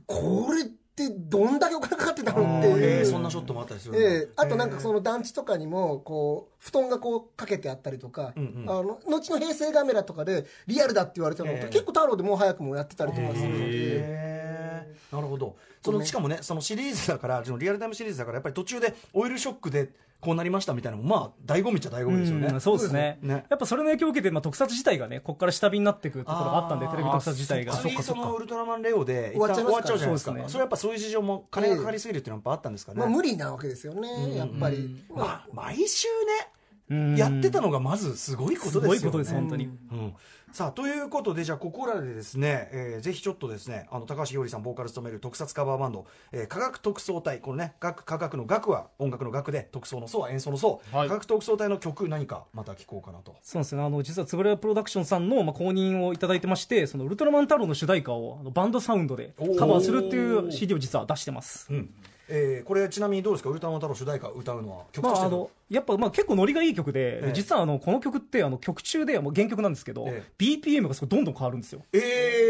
[SPEAKER 4] これってどんだけお金かかってたのって
[SPEAKER 3] え
[SPEAKER 4] い
[SPEAKER 3] ー
[SPEAKER 4] う。
[SPEAKER 3] そんなショットもあったりするんだ
[SPEAKER 4] ええあとなんかその団地とかにもこう布団がこうかけてあったりとか、
[SPEAKER 3] んうん
[SPEAKER 4] あの後の平成カメラとかでリアルだって言われてたのと、
[SPEAKER 3] ええ
[SPEAKER 4] 結構太郎でもう早くもやってたりとかするので、
[SPEAKER 3] へーなるほどそのしかもねそのシリーズだからそのリアルタイムシリーズだからやっぱり途中でオイルショックでこうなりましたみたいなのもまあ醍醐味っちゃ醍醐味ですよね、
[SPEAKER 5] うんそうですね
[SPEAKER 3] そうですね
[SPEAKER 5] やっぱそれの影響を受けて、まあ、特撮自体がねここから下火になっていくところがあったんで
[SPEAKER 3] あー
[SPEAKER 5] テレビ特撮自体が
[SPEAKER 3] 普通にそのウルトラマンレオで一
[SPEAKER 4] 終わっ
[SPEAKER 3] 旦
[SPEAKER 4] ちゃい
[SPEAKER 3] 終
[SPEAKER 4] ます
[SPEAKER 3] わっ
[SPEAKER 4] か
[SPEAKER 3] ちゃうじゃないですか
[SPEAKER 5] そうですね
[SPEAKER 3] それやっぱそういう事情も金がかかりすぎるっていうのはやっぱあったんですかね、
[SPEAKER 4] まあ、無理なわけですよね、やっぱり、まあ
[SPEAKER 3] まあ毎週
[SPEAKER 5] うん
[SPEAKER 3] ねやってたのがまずすごいこと
[SPEAKER 5] す
[SPEAKER 3] ですよ
[SPEAKER 5] ご
[SPEAKER 3] ね
[SPEAKER 5] いことです本当に、
[SPEAKER 3] うん、さあということでじゃあここらでですね、えーぜひちょっとですねあの高橋ひよりさんボーカル務める特撮カバーバンド、えー、科学特捜隊このね学科学の学は音楽の学で特捜の層は演奏の層、
[SPEAKER 2] はい
[SPEAKER 3] 科学特捜隊の曲何かまた聞こうかなと
[SPEAKER 5] そうなんですよね。あの、実は、つぶらやプロダクションさんの、まあ、公認をいただいてまして、その、ウルトラマン太郎の主題歌を、あのバンドサウンドで
[SPEAKER 3] おー
[SPEAKER 5] カバーするっていう CD を実は出してます。
[SPEAKER 3] えーこれちなみにどうですかウルトラマン太郎主題歌歌うのは曲
[SPEAKER 5] ま
[SPEAKER 3] とし
[SPEAKER 5] あ、
[SPEAKER 3] て
[SPEAKER 5] あ
[SPEAKER 3] の
[SPEAKER 5] の、やっぱ、まあ、結構ノリがいい曲で、
[SPEAKER 3] ええ
[SPEAKER 5] 実は、あの、この曲って、あの、曲中で、もう原曲なんですけど、
[SPEAKER 3] え
[SPEAKER 5] BPM がすごいどんどん変わるんですよ。
[SPEAKER 3] え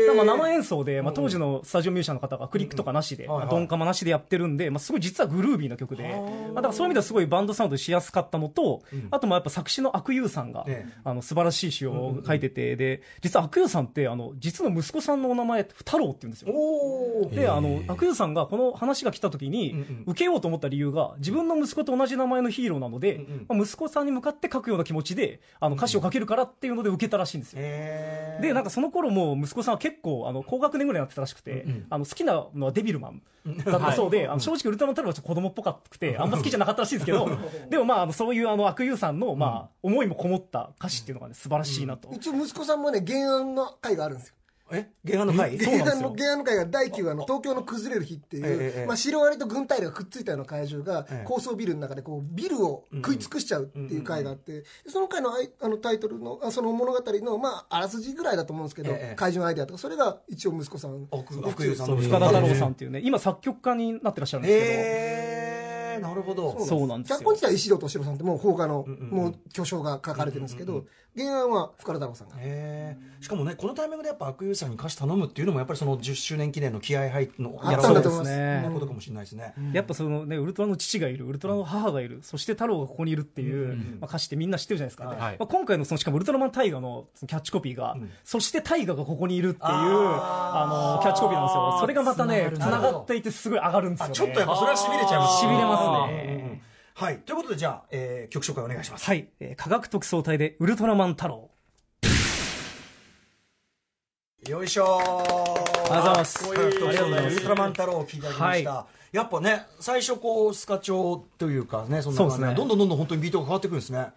[SPEAKER 3] ー
[SPEAKER 5] まあ、生演奏で、まあ、当時のスタジオミュージシャンの方がクリックとかなしで、
[SPEAKER 3] うんうんはいはい
[SPEAKER 5] ドンカマなしでやってるんで、まあ、すごい実はグルービーな曲で、まあ、だからそういう意味ではすごいバンドサウンドしやすかったのと、あとまあやっぱ作詞の悪友さんが、
[SPEAKER 3] ええ
[SPEAKER 5] あの素晴らしい詩を書いてて、で実は悪友さんってあの実の息子さんのお名前太郎って言うんですよ。
[SPEAKER 3] おー
[SPEAKER 5] であの悪友さんがこの話が来た時に、受けようと思った理由が自分の息子と同じ名前のヒーローなので、
[SPEAKER 3] うん
[SPEAKER 5] まあ、息子さんに向かって書くような気持ちであの歌詞を書けるからっていうので受けたらしいんですよ。
[SPEAKER 3] えー
[SPEAKER 5] でなんかその頃もう息子さんは結構あの高学年ぐらいになってたらしくて、あの好きなのはデビルマンだったそうで、あの正直ウルトラマンタロウはちょっと子供っぽかくてあんま好きじゃなかったらしいんですけ どでもまああのそういうあの悪友さんの、まあ、思いもこもった歌詞っていうのが、ね、素晴らしいなと、
[SPEAKER 4] 一応息子さんもね原案の回があるんですよ
[SPEAKER 3] え原案の 回
[SPEAKER 4] 原案の原案の回が第9話の東京の崩れる日っていう、
[SPEAKER 3] ええええ
[SPEAKER 4] まあ、シロアリと軍隊がくっついたような怪獣が
[SPEAKER 3] ええ
[SPEAKER 4] 高層ビルの中でこうビルを食い尽くしちゃうっていう回があって、その回のあいあのタイトルのあその物語の、まあ、あらすじぐらいだと思うんですけど、
[SPEAKER 3] ええ
[SPEAKER 4] 怪獣のアイデアとかそれが一応息子さん
[SPEAKER 3] 奥奥友さんの
[SPEAKER 5] 深田太郎さんっていうね今作曲家になってらっしゃるんですけど、
[SPEAKER 3] えーなるほど
[SPEAKER 5] そうなんですよ
[SPEAKER 4] 脚本自体は石戸敏郎さんってもう放火の、
[SPEAKER 3] んうん
[SPEAKER 4] もう巨匠が書かれてるんですけど、原案は深田太郎さんが。
[SPEAKER 3] へえしかもねこのタイミングでやっぱ悪友さんに歌詞頼むっていうのもやっぱりその10周年記念の気合入っての
[SPEAKER 4] あったんだ
[SPEAKER 3] や
[SPEAKER 4] と思います。
[SPEAKER 5] そうですね
[SPEAKER 3] らせることかもしれないですね、
[SPEAKER 5] やっぱそのね、ウルトラの父がいる、ウルトラの母がいる、そして太郎がここにいるっていう、まあ、歌詞ってみんな知ってるじゃないですか、
[SPEAKER 3] はい
[SPEAKER 5] まあ、今回のその、しかもウルトラマンタイガのそのキャッチコピーが、
[SPEAKER 3] うん
[SPEAKER 5] そしてタイガがここにいるっていう、
[SPEAKER 3] あー
[SPEAKER 5] あの、キャッチコピーなんですよ。それがまたね、
[SPEAKER 3] つながる
[SPEAKER 5] 繋がっていてすごい上がるんですよ、
[SPEAKER 3] あ
[SPEAKER 5] ね。
[SPEAKER 3] ちょっとやっぱそれはしびれちゃいます
[SPEAKER 5] 痺れま
[SPEAKER 3] う
[SPEAKER 5] すね
[SPEAKER 3] んうんうんはいということでじゃあ、えー曲紹介お願いします
[SPEAKER 5] はい、えー科学特捜隊でウルトラマン太郎。
[SPEAKER 3] よいしょ
[SPEAKER 5] りがとうございます
[SPEAKER 3] かっこいい
[SPEAKER 5] ありがとうございます
[SPEAKER 3] ウルトラマン太郎を聞いていただきました、やっぱね最初こうスカ調というかねそんな感じ
[SPEAKER 5] そうですね
[SPEAKER 3] どんどんどんどん本当にビートが変わってくるんですね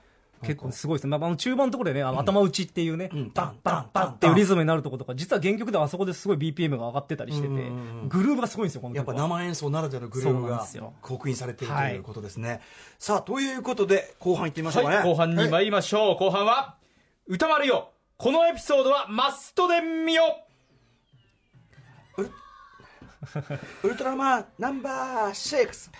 [SPEAKER 5] 結構すごいですね。まあ、あの中盤のところでね、あの頭打ちっていうね、
[SPEAKER 3] うん
[SPEAKER 5] バンバンバンっていうリズムになるところとか、実は原曲ではあそこですごい BPM が上がってたりしてて、グルーブがすごいんですよ、この曲
[SPEAKER 3] やっぱ
[SPEAKER 5] は
[SPEAKER 3] 生演奏ならではのグルー
[SPEAKER 5] そ
[SPEAKER 3] ブ
[SPEAKER 5] うなん
[SPEAKER 3] が
[SPEAKER 5] ですよ
[SPEAKER 3] 刻印されていると
[SPEAKER 5] はい
[SPEAKER 3] いうことですね、さあということで後半いってみましょうかね、
[SPEAKER 2] はい、後半に参りましょう。後半は、歌丸よこのエピソードはマストで見よ
[SPEAKER 3] ウルトラマンナンバー6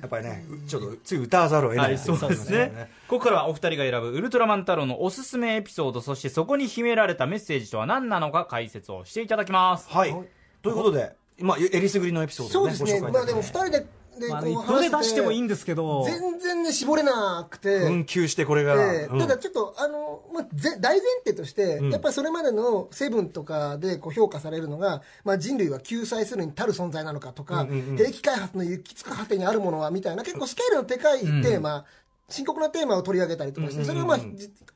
[SPEAKER 3] やっぱりね、ちょっとつい歌わざるを得ない、
[SPEAKER 2] はい、そうですね。ここからはお二人が選ぶウルトラマン太郎のおすすめエピソード、そしてそこに秘められたメッセージとは何なのか解説をしていただきます。
[SPEAKER 3] はい。ということで、まあ、えりすぐりのエピソード
[SPEAKER 4] そ
[SPEAKER 3] を
[SPEAKER 4] う
[SPEAKER 3] ね、
[SPEAKER 4] です
[SPEAKER 3] ご紹
[SPEAKER 4] ね、
[SPEAKER 3] 介い
[SPEAKER 4] ま
[SPEAKER 3] ただ
[SPEAKER 4] あ
[SPEAKER 3] き
[SPEAKER 4] でも2人でで
[SPEAKER 5] まあ
[SPEAKER 4] こ
[SPEAKER 5] ね
[SPEAKER 4] う
[SPEAKER 5] ど
[SPEAKER 4] 話
[SPEAKER 5] れ
[SPEAKER 4] して
[SPEAKER 5] 出してもいいん
[SPEAKER 4] て
[SPEAKER 5] ですけど、
[SPEAKER 4] 全然ね絞れなくて、
[SPEAKER 3] 運休してこれが、
[SPEAKER 4] で
[SPEAKER 3] うん
[SPEAKER 4] ただちょっとあの、まあ、ぜ大前提として、やっぱりそれまでのセブンとかでこう評価されるのが、まあ、人類は救済するに足る存在なのかとか、兵器開発の行き着く果てにあるものはみたいな結構スケールのでかいテーマ、深刻なテーマを取り上げたりとかして、それをまあ、じ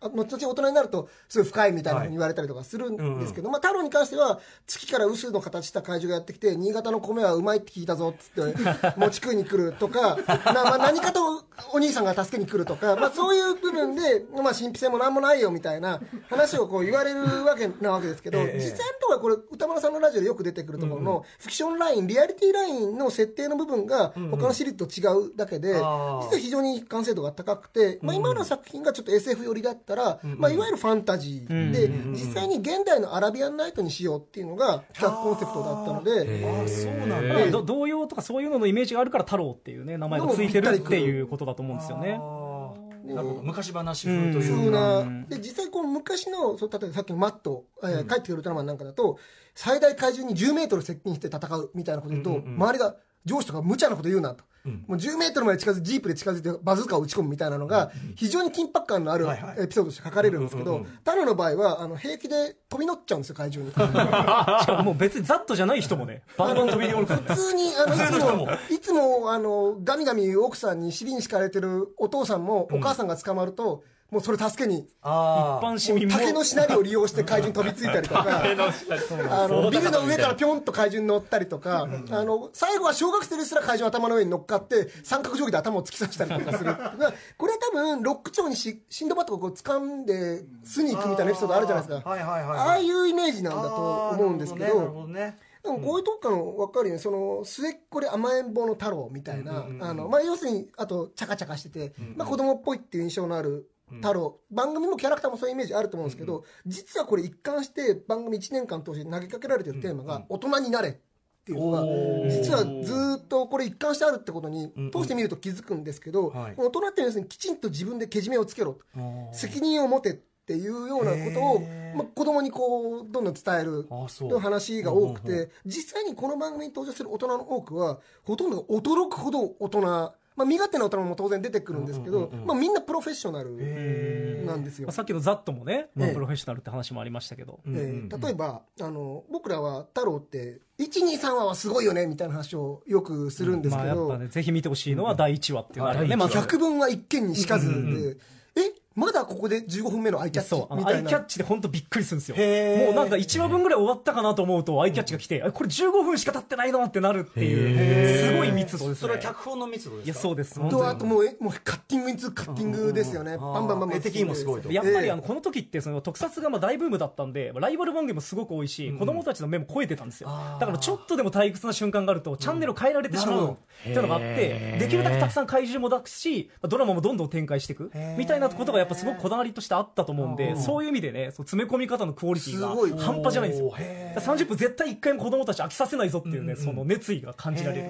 [SPEAKER 4] あ後々大人になると、すごい深いみたいなふうに言われたりとかするんですけど、まあ、太郎に関しては、月から薄の形した怪獣がやってきて、新潟の米はうまいって聞いたぞっつ って、餅食いに来るとか、なまあ、何かとお兄さんが助けに来るとか、まあ、そういう部分で、まあ、神秘性もなんもないよみたいな話をこう言われるわけなわけですけど、実際のところはこれ、歌丸さんのラジオでよく出てくるところの、フィクションライン、リアリティラインの設定の部分が、他のシリーズと違うだけで、実
[SPEAKER 3] あー
[SPEAKER 4] は非常に完成度が高くて、まあ、今の作品がちょっと SF 寄りだったら、まあ、いわゆるファンタジーで、実際に現代のアラビアンナイトにしようっていうのが企画コンセプトだったので、
[SPEAKER 3] あそうなんだ
[SPEAKER 5] まあど童謡とかそういうののイメージがあるから太郎っていうね名前がついてるっていうことだと思うんですよね。
[SPEAKER 3] なるほど昔話風と
[SPEAKER 4] そ
[SPEAKER 3] いううか、
[SPEAKER 4] なで実際この昔のそう例えばさっきのマット、えー帰ってくるウルトラマンなんかだと最大怪獣に10メートル接近して戦うみたいなこと言うと、周りが上司とか無茶なこと言うなと。もう10メートルまで近づいてジープで近づいてバズーカを打ち込むみたいなのが非常に緊迫感のある
[SPEAKER 3] はいはい
[SPEAKER 4] エピソードとして書かれるんですけ
[SPEAKER 3] うん
[SPEAKER 4] ど
[SPEAKER 3] うんうん
[SPEAKER 4] タロの場合はあの平気で飛び乗っちゃうんですよ怪獣に
[SPEAKER 5] しかももう別にザッとじゃない人もねバンバン飛び降りるからね
[SPEAKER 4] 普通にあのいつもいつもあのガミガミ奥さんに尻に敷かれてるお父さんもお母さんが捕まると、もうそれ助けに
[SPEAKER 3] あ
[SPEAKER 5] 一般市民も
[SPEAKER 4] 竹のしなりを利用して怪獣に飛びついたりと かあのビルの上からぴょんと怪獣に乗ったりとかあの最後は小学生ですら怪獣の頭の上に乗っかって三角定規で頭を突き刺したりとかする これは多分ロック調にしシンドバッドがこう掴んで巣に行くみたいなエピソードあるじゃないです
[SPEAKER 3] あー
[SPEAKER 4] か
[SPEAKER 3] はいはいはいはい
[SPEAKER 4] ああいうイメージなんだと思うんですけ
[SPEAKER 3] あーなる
[SPEAKER 4] ど
[SPEAKER 3] ほどねなるほどね
[SPEAKER 4] でもこういうとこからも分かるよね、その末っ子で甘えん坊の太郎みたいな、あのまあ、要するに、あと、チャカチャカしてて、まあ、子供っぽいっていう印象のある太郎、番組もキャラクターもそういうイメージあると思うんですけど、実はこれ、一貫して番組1年間通して投げかけられてるテーマが、大人になれっていうのが、実はずーっとこれ、一貫してあるってことに、通してみると気づくんですけど、
[SPEAKER 3] はい
[SPEAKER 4] 大人って要するにきちんと自分でけじめをつけろと、責任を持てっていうようなことを、まあ、子供にこうどんどん伝える。
[SPEAKER 3] あーそう
[SPEAKER 4] の話が多くて、実際にこの番組に登場する大人の多くは、ほとんどが驚くほど大人、まあ、身勝手な大人も当然出てくるんですけど、まあ、みんなプロフェッショナルなんですよ
[SPEAKER 5] まあ。さっきのザットもね、まあ
[SPEAKER 4] ええ
[SPEAKER 5] プロフェッショナルって話もありましたけど、
[SPEAKER 4] えー例えばあの僕らは太郎って123話はすごいよねみたいな話をよくするんです
[SPEAKER 5] まあ
[SPEAKER 4] け
[SPEAKER 5] やっ
[SPEAKER 4] ど、
[SPEAKER 5] ぱねぜひ見てほしいのは第1話っていうのがあるよね、まず
[SPEAKER 4] 百聞は一見にしかずで、えまだここで15分目のアイキャッチ
[SPEAKER 5] そうあ
[SPEAKER 4] み
[SPEAKER 5] の
[SPEAKER 4] た
[SPEAKER 5] ア
[SPEAKER 4] い
[SPEAKER 5] イキャ
[SPEAKER 4] な
[SPEAKER 5] ッチで本当びっくりするんですよ
[SPEAKER 3] へー
[SPEAKER 5] もうなんか1話分ぐらい終わったかなと思うとアイキャッチが来て、あこれ15分しか経ってないのってなるっていうすごい密度ですね
[SPEAKER 3] それは脚本の密度ですか
[SPEAKER 5] いやそうです本当に
[SPEAKER 4] とあともうえもうカッティングに次ぐカッティングですよね、バンバンバンバン
[SPEAKER 3] 絵的にもすごいと
[SPEAKER 5] やっぱりあのこの時ってその特撮がまあ大ブームだったんでライバル番組もすごく多いし子供たちの目も超えてたんですよだからちょっとでも退屈な瞬間があるとチャンネルを変えられてしま
[SPEAKER 3] なるほ
[SPEAKER 5] う
[SPEAKER 3] ど
[SPEAKER 5] っていうのがあってできるだけたくさん怪獣も出すしまあドラマもどんどん展開していくみたいなことがやっぱすごくこだわりとしてあったと思うんでそういう意味でねその詰め込み方のクオリティ
[SPEAKER 4] すごい
[SPEAKER 5] が半端じゃないんですよ
[SPEAKER 3] おーへ
[SPEAKER 5] だから30分絶対1回も子供たち飽きさせないぞっていうねその熱意が感じられる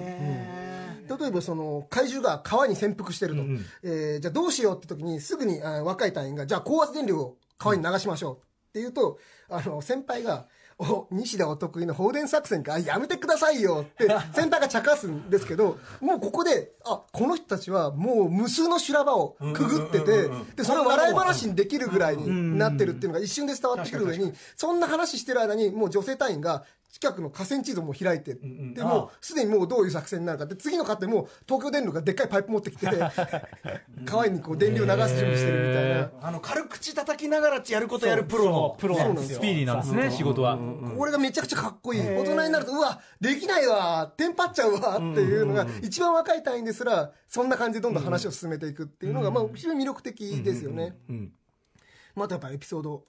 [SPEAKER 4] 例えばその怪獣が川に潜伏してると、えーじゃあどうしようって時にすぐにあー若い隊員がじゃあ高圧電流を川に流しましょうって言うと、あの先輩が「お西田お得意の放電作戦かあやめてくださいよ」 って先輩が茶化すんですけどもうここであこの人たちはもう無数の修羅場をくぐっててでそれを笑い話にできるぐらいになってるっていうのが一瞬で伝わってくる上にそんな話してる間にもう女性隊員が近くの河川地図も開いて、で
[SPEAKER 3] ああ
[SPEAKER 4] もうすでにもうどういう作戦になるかで次の勝手もう東京電力がでっかいパイプ持ってき て川にこう電流流す準備してるみたいな。
[SPEAKER 3] あの軽口叩きながらやることやるプロの
[SPEAKER 5] プロなんですよ
[SPEAKER 2] スピーディーなんですね、仕事は。
[SPEAKER 4] これがめちゃくちゃかっこいい大人になるとうわできないわテンパっちゃうわっていうのが一番若い隊員ですらそんな感じでどんどん話を進めていくっていうのがまあ非常に魅力的ですよね
[SPEAKER 3] うん
[SPEAKER 4] またやっぱエピソード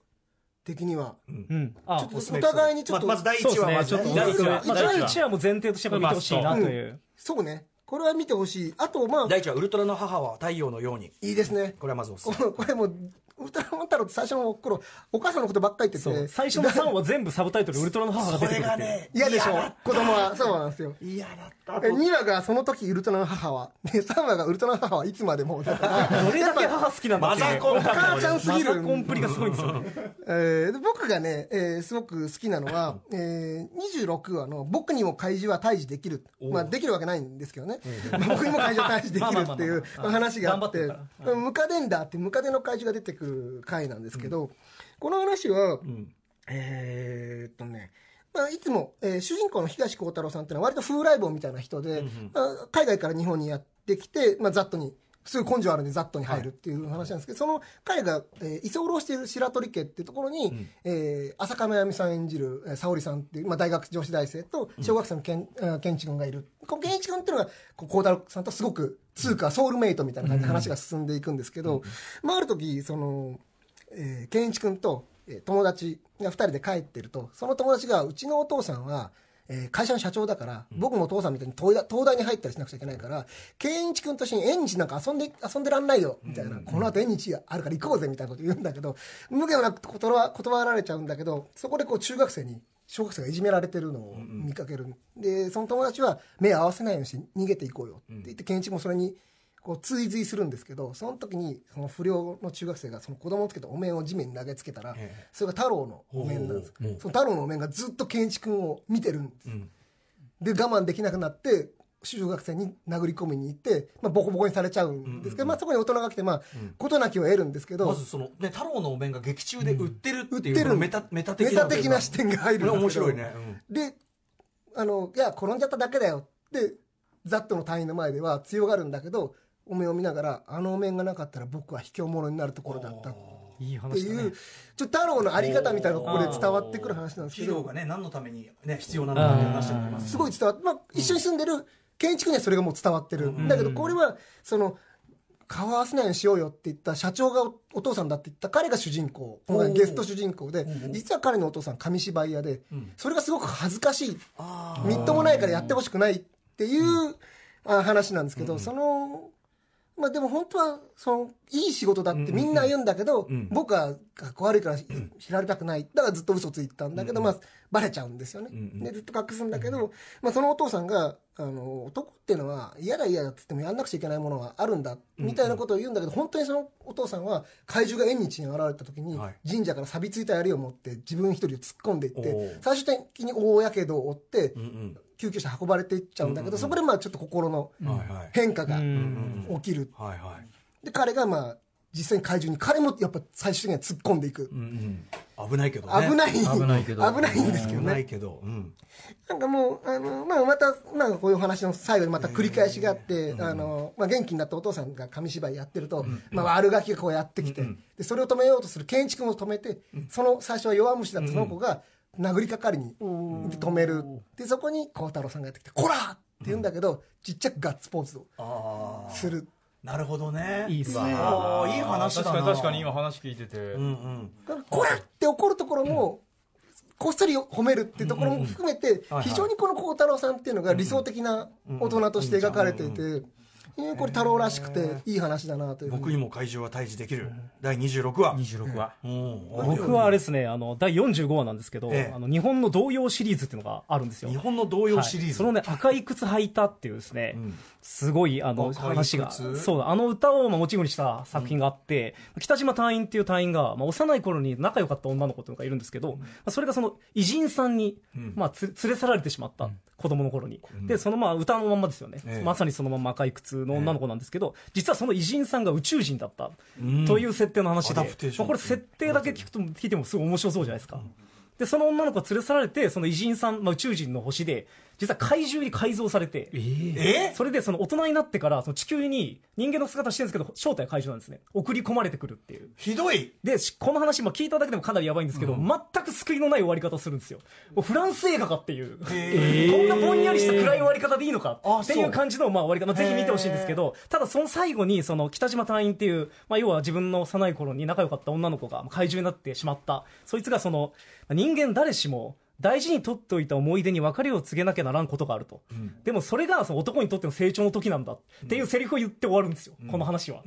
[SPEAKER 4] 的には
[SPEAKER 5] うんあ
[SPEAKER 4] ちょっとお互いにちょっ
[SPEAKER 3] まあま
[SPEAKER 4] と
[SPEAKER 3] ず第
[SPEAKER 5] そう
[SPEAKER 3] 一
[SPEAKER 5] です
[SPEAKER 3] 話
[SPEAKER 5] ね
[SPEAKER 3] ま
[SPEAKER 5] ち
[SPEAKER 3] ず
[SPEAKER 5] ょっ
[SPEAKER 3] ね
[SPEAKER 5] と
[SPEAKER 2] 第一話
[SPEAKER 5] まあ第一話も前提としてやっぱ見てほしいなという。
[SPEAKER 4] そうねこれは見てほしいあとまあ
[SPEAKER 3] 第一話ウルトラの母は太陽のように
[SPEAKER 4] いいですね
[SPEAKER 3] これはまずおすす
[SPEAKER 4] こ
[SPEAKER 3] め
[SPEAKER 4] のこれもうウルトラマン太郎って最初の頃、お母さんのことばっかり言って
[SPEAKER 5] そう
[SPEAKER 4] て。
[SPEAKER 5] 最初の3は全部サブタイ トルウルトラの母が出てくるっていう
[SPEAKER 4] 嫌でしょ子供は。そうなんですよ。
[SPEAKER 3] 嫌だった
[SPEAKER 4] え2話がその時ウルトラの母は。で、3話がウルトラの母はいつまで も。だから
[SPEAKER 5] どれだけ母好きなんだっていう
[SPEAKER 3] マザ
[SPEAKER 5] ね
[SPEAKER 3] コン
[SPEAKER 4] お母ちゃんすぎ
[SPEAKER 5] マ
[SPEAKER 4] る
[SPEAKER 5] ザ。コンプリがすごいんですよね
[SPEAKER 4] えーで僕がね、えーすごく好きなのは、えー26話の「僕にも怪獣は退治できる」まあ、できるわけないんですけどね、まあ 僕にも怪獣は退治できるっていう
[SPEAKER 5] まあまあまあまあ
[SPEAKER 4] 話があって
[SPEAKER 5] 頑張って
[SPEAKER 4] 「
[SPEAKER 5] る
[SPEAKER 4] ムカデンダー」ってムカデの怪獣が出てくる回なんですけど、この話は、えーっとねまあ、いつも、えー主人公の東光太郎さんっていうのは割と風来坊みたいな人で、まあ海外から日本にやってきて、まあ、ざっとにすごい根性あるんでざっとに入るっていう話なんですけど、その彼が、えー居候している白鳥家っていうところに、えー浅香真由美さん演じるえー沙織さんっていう、まあ、大学女子大生と小学生のけん、あー健一君がいるこの健一君っていうのがこう孝太郎さんとすごく通貨ソウルメイトみたいな感じで話が進んでいくんですけど、まあ、ある時その。えー、健一君と、えー友達が2人で帰ってるとその友達がうちのお父さんは、えー会社の社長だから、僕のお父さんみたいに東大東大に入ったりしなくちゃいけないから健一君と一緒に園児なんか遊んで遊んでらんないよみたいな、この後園児あるから行こうぜみたいなこと言うんだけど無限なく断ら断られちゃうんだけどそこでこう中学生に小学生がいじめられてるのを見かける、でその友達は目合わせないようにして逃げていこうよって言って健一もそれにこう追随するんですけどその時にその不良の中学生がその子供をつけたお面を地面に投げつけたら、それが太郎のお面なんですその太郎のお面がずっと健一君を見てるんです、で我慢できなくなって中学生に殴り込みに行って、まあ、ボコボコにされちゃうんですけど、まあ、そこに大人が来てまあ事なきを得るんですけど、
[SPEAKER 3] まずその、ね、太郎のお面が劇中で売ってるっていう、
[SPEAKER 4] 売ってる
[SPEAKER 3] メタメタ的
[SPEAKER 4] メ
[SPEAKER 3] な
[SPEAKER 4] タ的な視点が入るん
[SPEAKER 3] これ面
[SPEAKER 4] ですけど
[SPEAKER 3] 白いね、うん
[SPEAKER 4] で、あの、いや、転んじゃっただけだよって、ザットの隊員の前では強がるんだけど、お面を見ながら、あのお面がなかったら僕は卑怯者になるところだったっ
[SPEAKER 5] いい
[SPEAKER 4] て
[SPEAKER 5] 話だ
[SPEAKER 4] いう、
[SPEAKER 5] ね
[SPEAKER 4] ちょっと太郎のあり方みたいなのがここで伝わってくる話なんです
[SPEAKER 3] ヒ
[SPEAKER 4] け
[SPEAKER 3] ーロー
[SPEAKER 4] ど、
[SPEAKER 3] がね何のために、ね、必要なのかっていう話になります
[SPEAKER 4] すごい伝わって、まあ、一緒に住んでる建築にはそれがもう伝わってる。
[SPEAKER 3] うん
[SPEAKER 4] だけど、これは、その、顔合わせないようにしようよって言った社長がおお父さんだって言った彼が主人公、今回ゲスト主人公で、実は彼のお父さん紙芝居屋で、それがすごく恥ずかしい
[SPEAKER 3] あ
[SPEAKER 4] みっともないからやってほしくないっていうあ話なんですけど、その、まあでも本当は、その、いい仕事だってみんな言うんだけど、
[SPEAKER 3] ん
[SPEAKER 4] 僕はかっこ悪いから知られたくない。だからずっと嘘ついてたんだけど、まあ、バレちゃうんですよね。
[SPEAKER 3] ん
[SPEAKER 4] で、ずっと隠すんだけど、まあそのお父さんが、あの、男っていうのは嫌だ嫌だって言ってもやんなくちゃいけないものはあるんだ、みたいなことを言うんだけど、本当にそのお父さんは怪獣が縁日に現れた時に
[SPEAKER 3] はい、
[SPEAKER 4] 神社から錆びついた槍を持って自分一人で突っ込んでいっ
[SPEAKER 3] お
[SPEAKER 4] て
[SPEAKER 3] ー、
[SPEAKER 4] 最終的に大やけどを負って、
[SPEAKER 3] ーうん
[SPEAKER 4] 救急車運ばれていっちゃうんだけど、そこでまあちょっと心の
[SPEAKER 3] うんはいはい
[SPEAKER 4] 変化が
[SPEAKER 5] うん
[SPEAKER 4] 起きる。
[SPEAKER 3] はいはい
[SPEAKER 4] で、彼がまあ、実際に怪獣に、彼もやっぱ最終的には突っ込んでいく。
[SPEAKER 3] うんうん危ないけどね
[SPEAKER 4] 危ない、
[SPEAKER 2] 危ないけど
[SPEAKER 4] 危ないんですけど
[SPEAKER 3] 危な
[SPEAKER 4] ね。
[SPEAKER 3] いけど、うん、
[SPEAKER 4] なんかもう、あの、まあ、また、まあ、こういうお話の最後にまた繰り返しがあって、あの、まあ、元気になったお父さんが紙芝居やってると、まあ、悪ガキがこうやってきて、で、それを止めようとする健一君を止めて、その最初は弱虫だったその子が殴りかかりに、で止める。で、そこに孝太郎さんがやってきて、こらって言うんだけど、ちっちゃくガッツポーズを
[SPEAKER 3] ああ
[SPEAKER 4] する。
[SPEAKER 3] なるほどね
[SPEAKER 5] いいっすね
[SPEAKER 3] あーいい話だな
[SPEAKER 2] 確かに確かに今話聞いてて、
[SPEAKER 3] うんうん
[SPEAKER 4] こらって怒るところも、こっそり褒めるっていうところも含めて
[SPEAKER 3] はい、
[SPEAKER 4] 非常にこの孝太郎さんっていうのが理想的な大人として描かれていて、えーこれ太郎らしくていい話だなというふうに。
[SPEAKER 3] 僕にも怪獣は退治できる、第26話
[SPEAKER 2] 26話、
[SPEAKER 3] うん
[SPEAKER 5] 僕はあれですね、あの、第45話なんですけど、
[SPEAKER 3] ええ
[SPEAKER 5] あの、日本の童謡シリーズっていうのがあるんですよ。
[SPEAKER 3] 日本の童謡シリーズ、
[SPEAKER 5] はいそのね、赤い靴履いたっていうですね、すごい、あの、
[SPEAKER 3] 赤い
[SPEAKER 5] 話が、
[SPEAKER 3] 靴
[SPEAKER 5] そう、あの歌をまあモチーフにした作品があって、北島隊員っていう隊員が、まあ、幼い頃に仲良かった女の子というのがいるんですけど、まあ、それがその、偉人さんに、まあ、つ連れ去られてしまった、子供の頃に。で、そのまあ、歌のまんまですよね、
[SPEAKER 3] ええ
[SPEAKER 5] まさにそのまま赤い靴の女の子なんですけど、実はその偉人さんが宇宙人だった、という設定の話で、
[SPEAKER 3] アダプテーション
[SPEAKER 5] まあこれ設定だけ聞くと、聞いてもすごい面白そうじゃないですか。で、その女の子が連れ去られて、その偉人さん、まあ、宇宙人の星で、実は怪獣に改造されて、
[SPEAKER 3] え
[SPEAKER 5] それでその大人になってから、その地球に人間の姿してるんですけど、正体は怪獣なんですね。送り込まれてくるっていう。
[SPEAKER 3] ひどい
[SPEAKER 5] で、しこの話、まあ、聞いただけでもかなりやばいんですけど、全く救いのない終わり方するんですよ。もうフランス映画かっていう。こんなぼんやりした暗い終わり方でいいのか
[SPEAKER 3] あ
[SPEAKER 5] って
[SPEAKER 3] そ
[SPEAKER 5] いうう感じの、まあ、終わり方、まあ、ぜひ見てほしいんですけど、ただその最後に、その北島隊員っていう、まあ、要は自分の幼い頃に仲良かった女の子がまあ怪獣になってしまった。そいつがその、まあ人間誰しも、大事に取っておいた思い出に別れを告げなきゃならんことがあると。でもそれがその男にとっての成長の時なんだっていうセリフを言って終わるんですよ、この話は。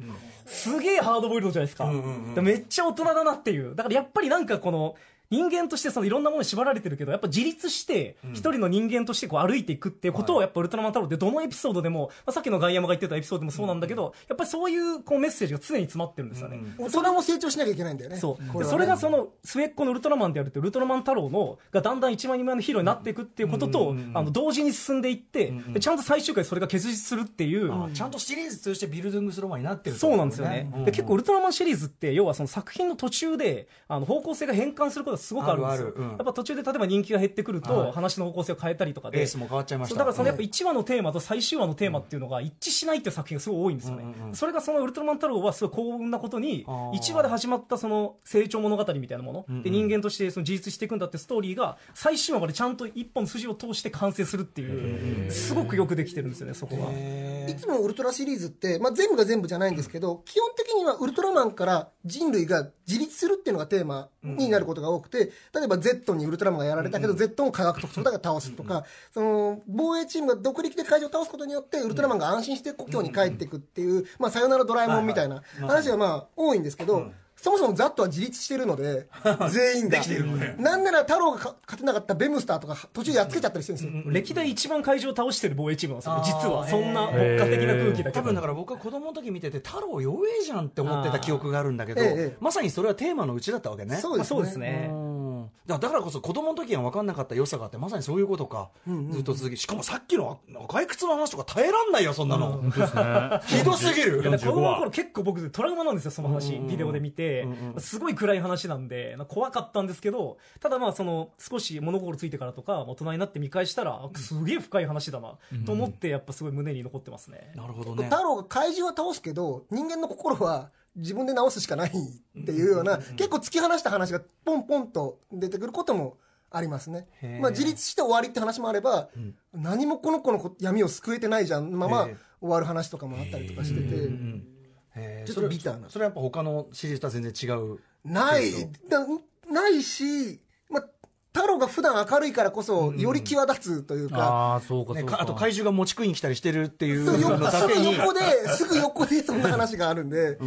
[SPEAKER 5] すげえハードボイルドじゃないですか。でめっちゃ大人だなっていう。だからやっぱりなんかこの、人間としてそのいろんなものに縛られてるけど、やっぱ自立して、一人の人間としてこう歩いていくっていうことを、やっぱウルトラマン太郎ってどのエピソードでも、まあ、さっきのガイアマが言ってたエピソードでもそうなんだけど、やっぱりそういうこうメッセージが常に詰まってるんですよね。
[SPEAKER 4] 大人も成長しなきゃいけないんだよね。
[SPEAKER 5] そう、
[SPEAKER 4] これは
[SPEAKER 5] で
[SPEAKER 4] ね
[SPEAKER 5] それがその末っ子のウルトラマンであるってウルトラマン太郎のがだんだん一枚二枚のヒーローになっていくっていうことと、あの同時に進んでいって、でちゃんと最終回それが結実するっていう、
[SPEAKER 3] あちゃんとシリーズ通じてビルドゥングスローマンになってるってこ
[SPEAKER 5] そ
[SPEAKER 3] と
[SPEAKER 5] うなんですよね、で結構ウルトラマンシリーズって要はその作品の途中であの方向性が変換することがすごくあるんです
[SPEAKER 3] ある
[SPEAKER 5] よ
[SPEAKER 3] あるうん
[SPEAKER 5] やっぱ途中で例えば人気が減ってくると、
[SPEAKER 3] はい
[SPEAKER 5] 話の方向性を変えたりとか
[SPEAKER 3] レ
[SPEAKER 5] で
[SPEAKER 3] ースも変わっちゃいまし
[SPEAKER 5] そ
[SPEAKER 3] た
[SPEAKER 5] うだからそのやっぱ1話のテーマと最終話のテーマっていうのが一致しないっていう作品がすごい多いんですよね、それがその「ウルトラマン太郎」はすごい幸運なことに
[SPEAKER 3] あー
[SPEAKER 5] 1話で始まったその成長物語みたいなもの、で人間としてその自立していくんだってストーリーが最終話までちゃんと一本筋を通して完成するっていうすごくよくできてるんですよねそこが。
[SPEAKER 4] いつもウルトラシリーズって、まあ、全部が全部じゃないんですけど、基本的にはウルトラマンから人類が自立するっていうのがテーマになることが多くて、例えば Z にウルトラマンがやられたけど、Z を科学特捜だから倒すとか、その、防衛チームが独立で会場を倒すことによって、ウルトラマンが安心して故郷に帰っていくっていう、まあ、さよならドラえもんみたいな話がまあ、多いんですけど、そもそもザットは自立してるの で、全員が。なんなら太郎が勝てなかったベムスターとか途中でやっつけちゃったりしてるんですよ。
[SPEAKER 5] 歴代一番会場を倒してる防衛チームなんですよ、実
[SPEAKER 3] あ
[SPEAKER 5] は。
[SPEAKER 3] ー
[SPEAKER 5] そんな牧歌的な空気だけ
[SPEAKER 3] 多
[SPEAKER 5] ど
[SPEAKER 3] 分だ。から僕は子供の時見てて太郎弱えじゃんって思ってた記憶があるんだけど、
[SPEAKER 4] あーええええ
[SPEAKER 3] まさにそれはテーマのうちだったわけね
[SPEAKER 4] そう
[SPEAKER 5] ま
[SPEAKER 4] で
[SPEAKER 5] あ
[SPEAKER 4] すね。
[SPEAKER 5] そうですね。
[SPEAKER 3] うんだだからこそ子供の時には分かんなかった良さがあってまさにそういうことか、ずっと続きしかもさっきの赤い靴の話とか耐えらんないよそんなの、 ひどすぎる
[SPEAKER 5] いやだから子供の頃結構僕トラウマなんですよその話、ビデオで見て、すごい暗い話なんでなんか怖かったんですけどただまあその少し物心ついてからとか大人になって見返したらあすげえ深い話だな、と思ってやっぱすごい胸に残ってますね、
[SPEAKER 3] なるほどね
[SPEAKER 4] 太郎が怪獣は倒すけど人間の心は自分で治すしかないっていうような結構突き放した話がポンポンと出てくることもありますね
[SPEAKER 3] へー、
[SPEAKER 4] まあ、自立して終わりって話もあれば、何もこの子のこ闇を救えてないじゃんまま
[SPEAKER 3] へー
[SPEAKER 4] 終わる話とかもあったりとかしてて、
[SPEAKER 3] へえ
[SPEAKER 4] ちょっとビターな
[SPEAKER 3] それそれはやっぱ他のシリーズとは全然違う
[SPEAKER 4] ない
[SPEAKER 3] けれど
[SPEAKER 4] だないし、まあ、太郎が普段明るいからこそより際立つというか、
[SPEAKER 2] ああ、そうか、そ
[SPEAKER 3] ね、
[SPEAKER 2] う
[SPEAKER 3] か
[SPEAKER 2] か。
[SPEAKER 3] あと怪獣が持ち食いに来たりしてるっていう
[SPEAKER 4] そうよ
[SPEAKER 3] のだ
[SPEAKER 4] す
[SPEAKER 3] け
[SPEAKER 4] ぐ
[SPEAKER 3] に
[SPEAKER 4] 横ですぐ横でそんな話があるんで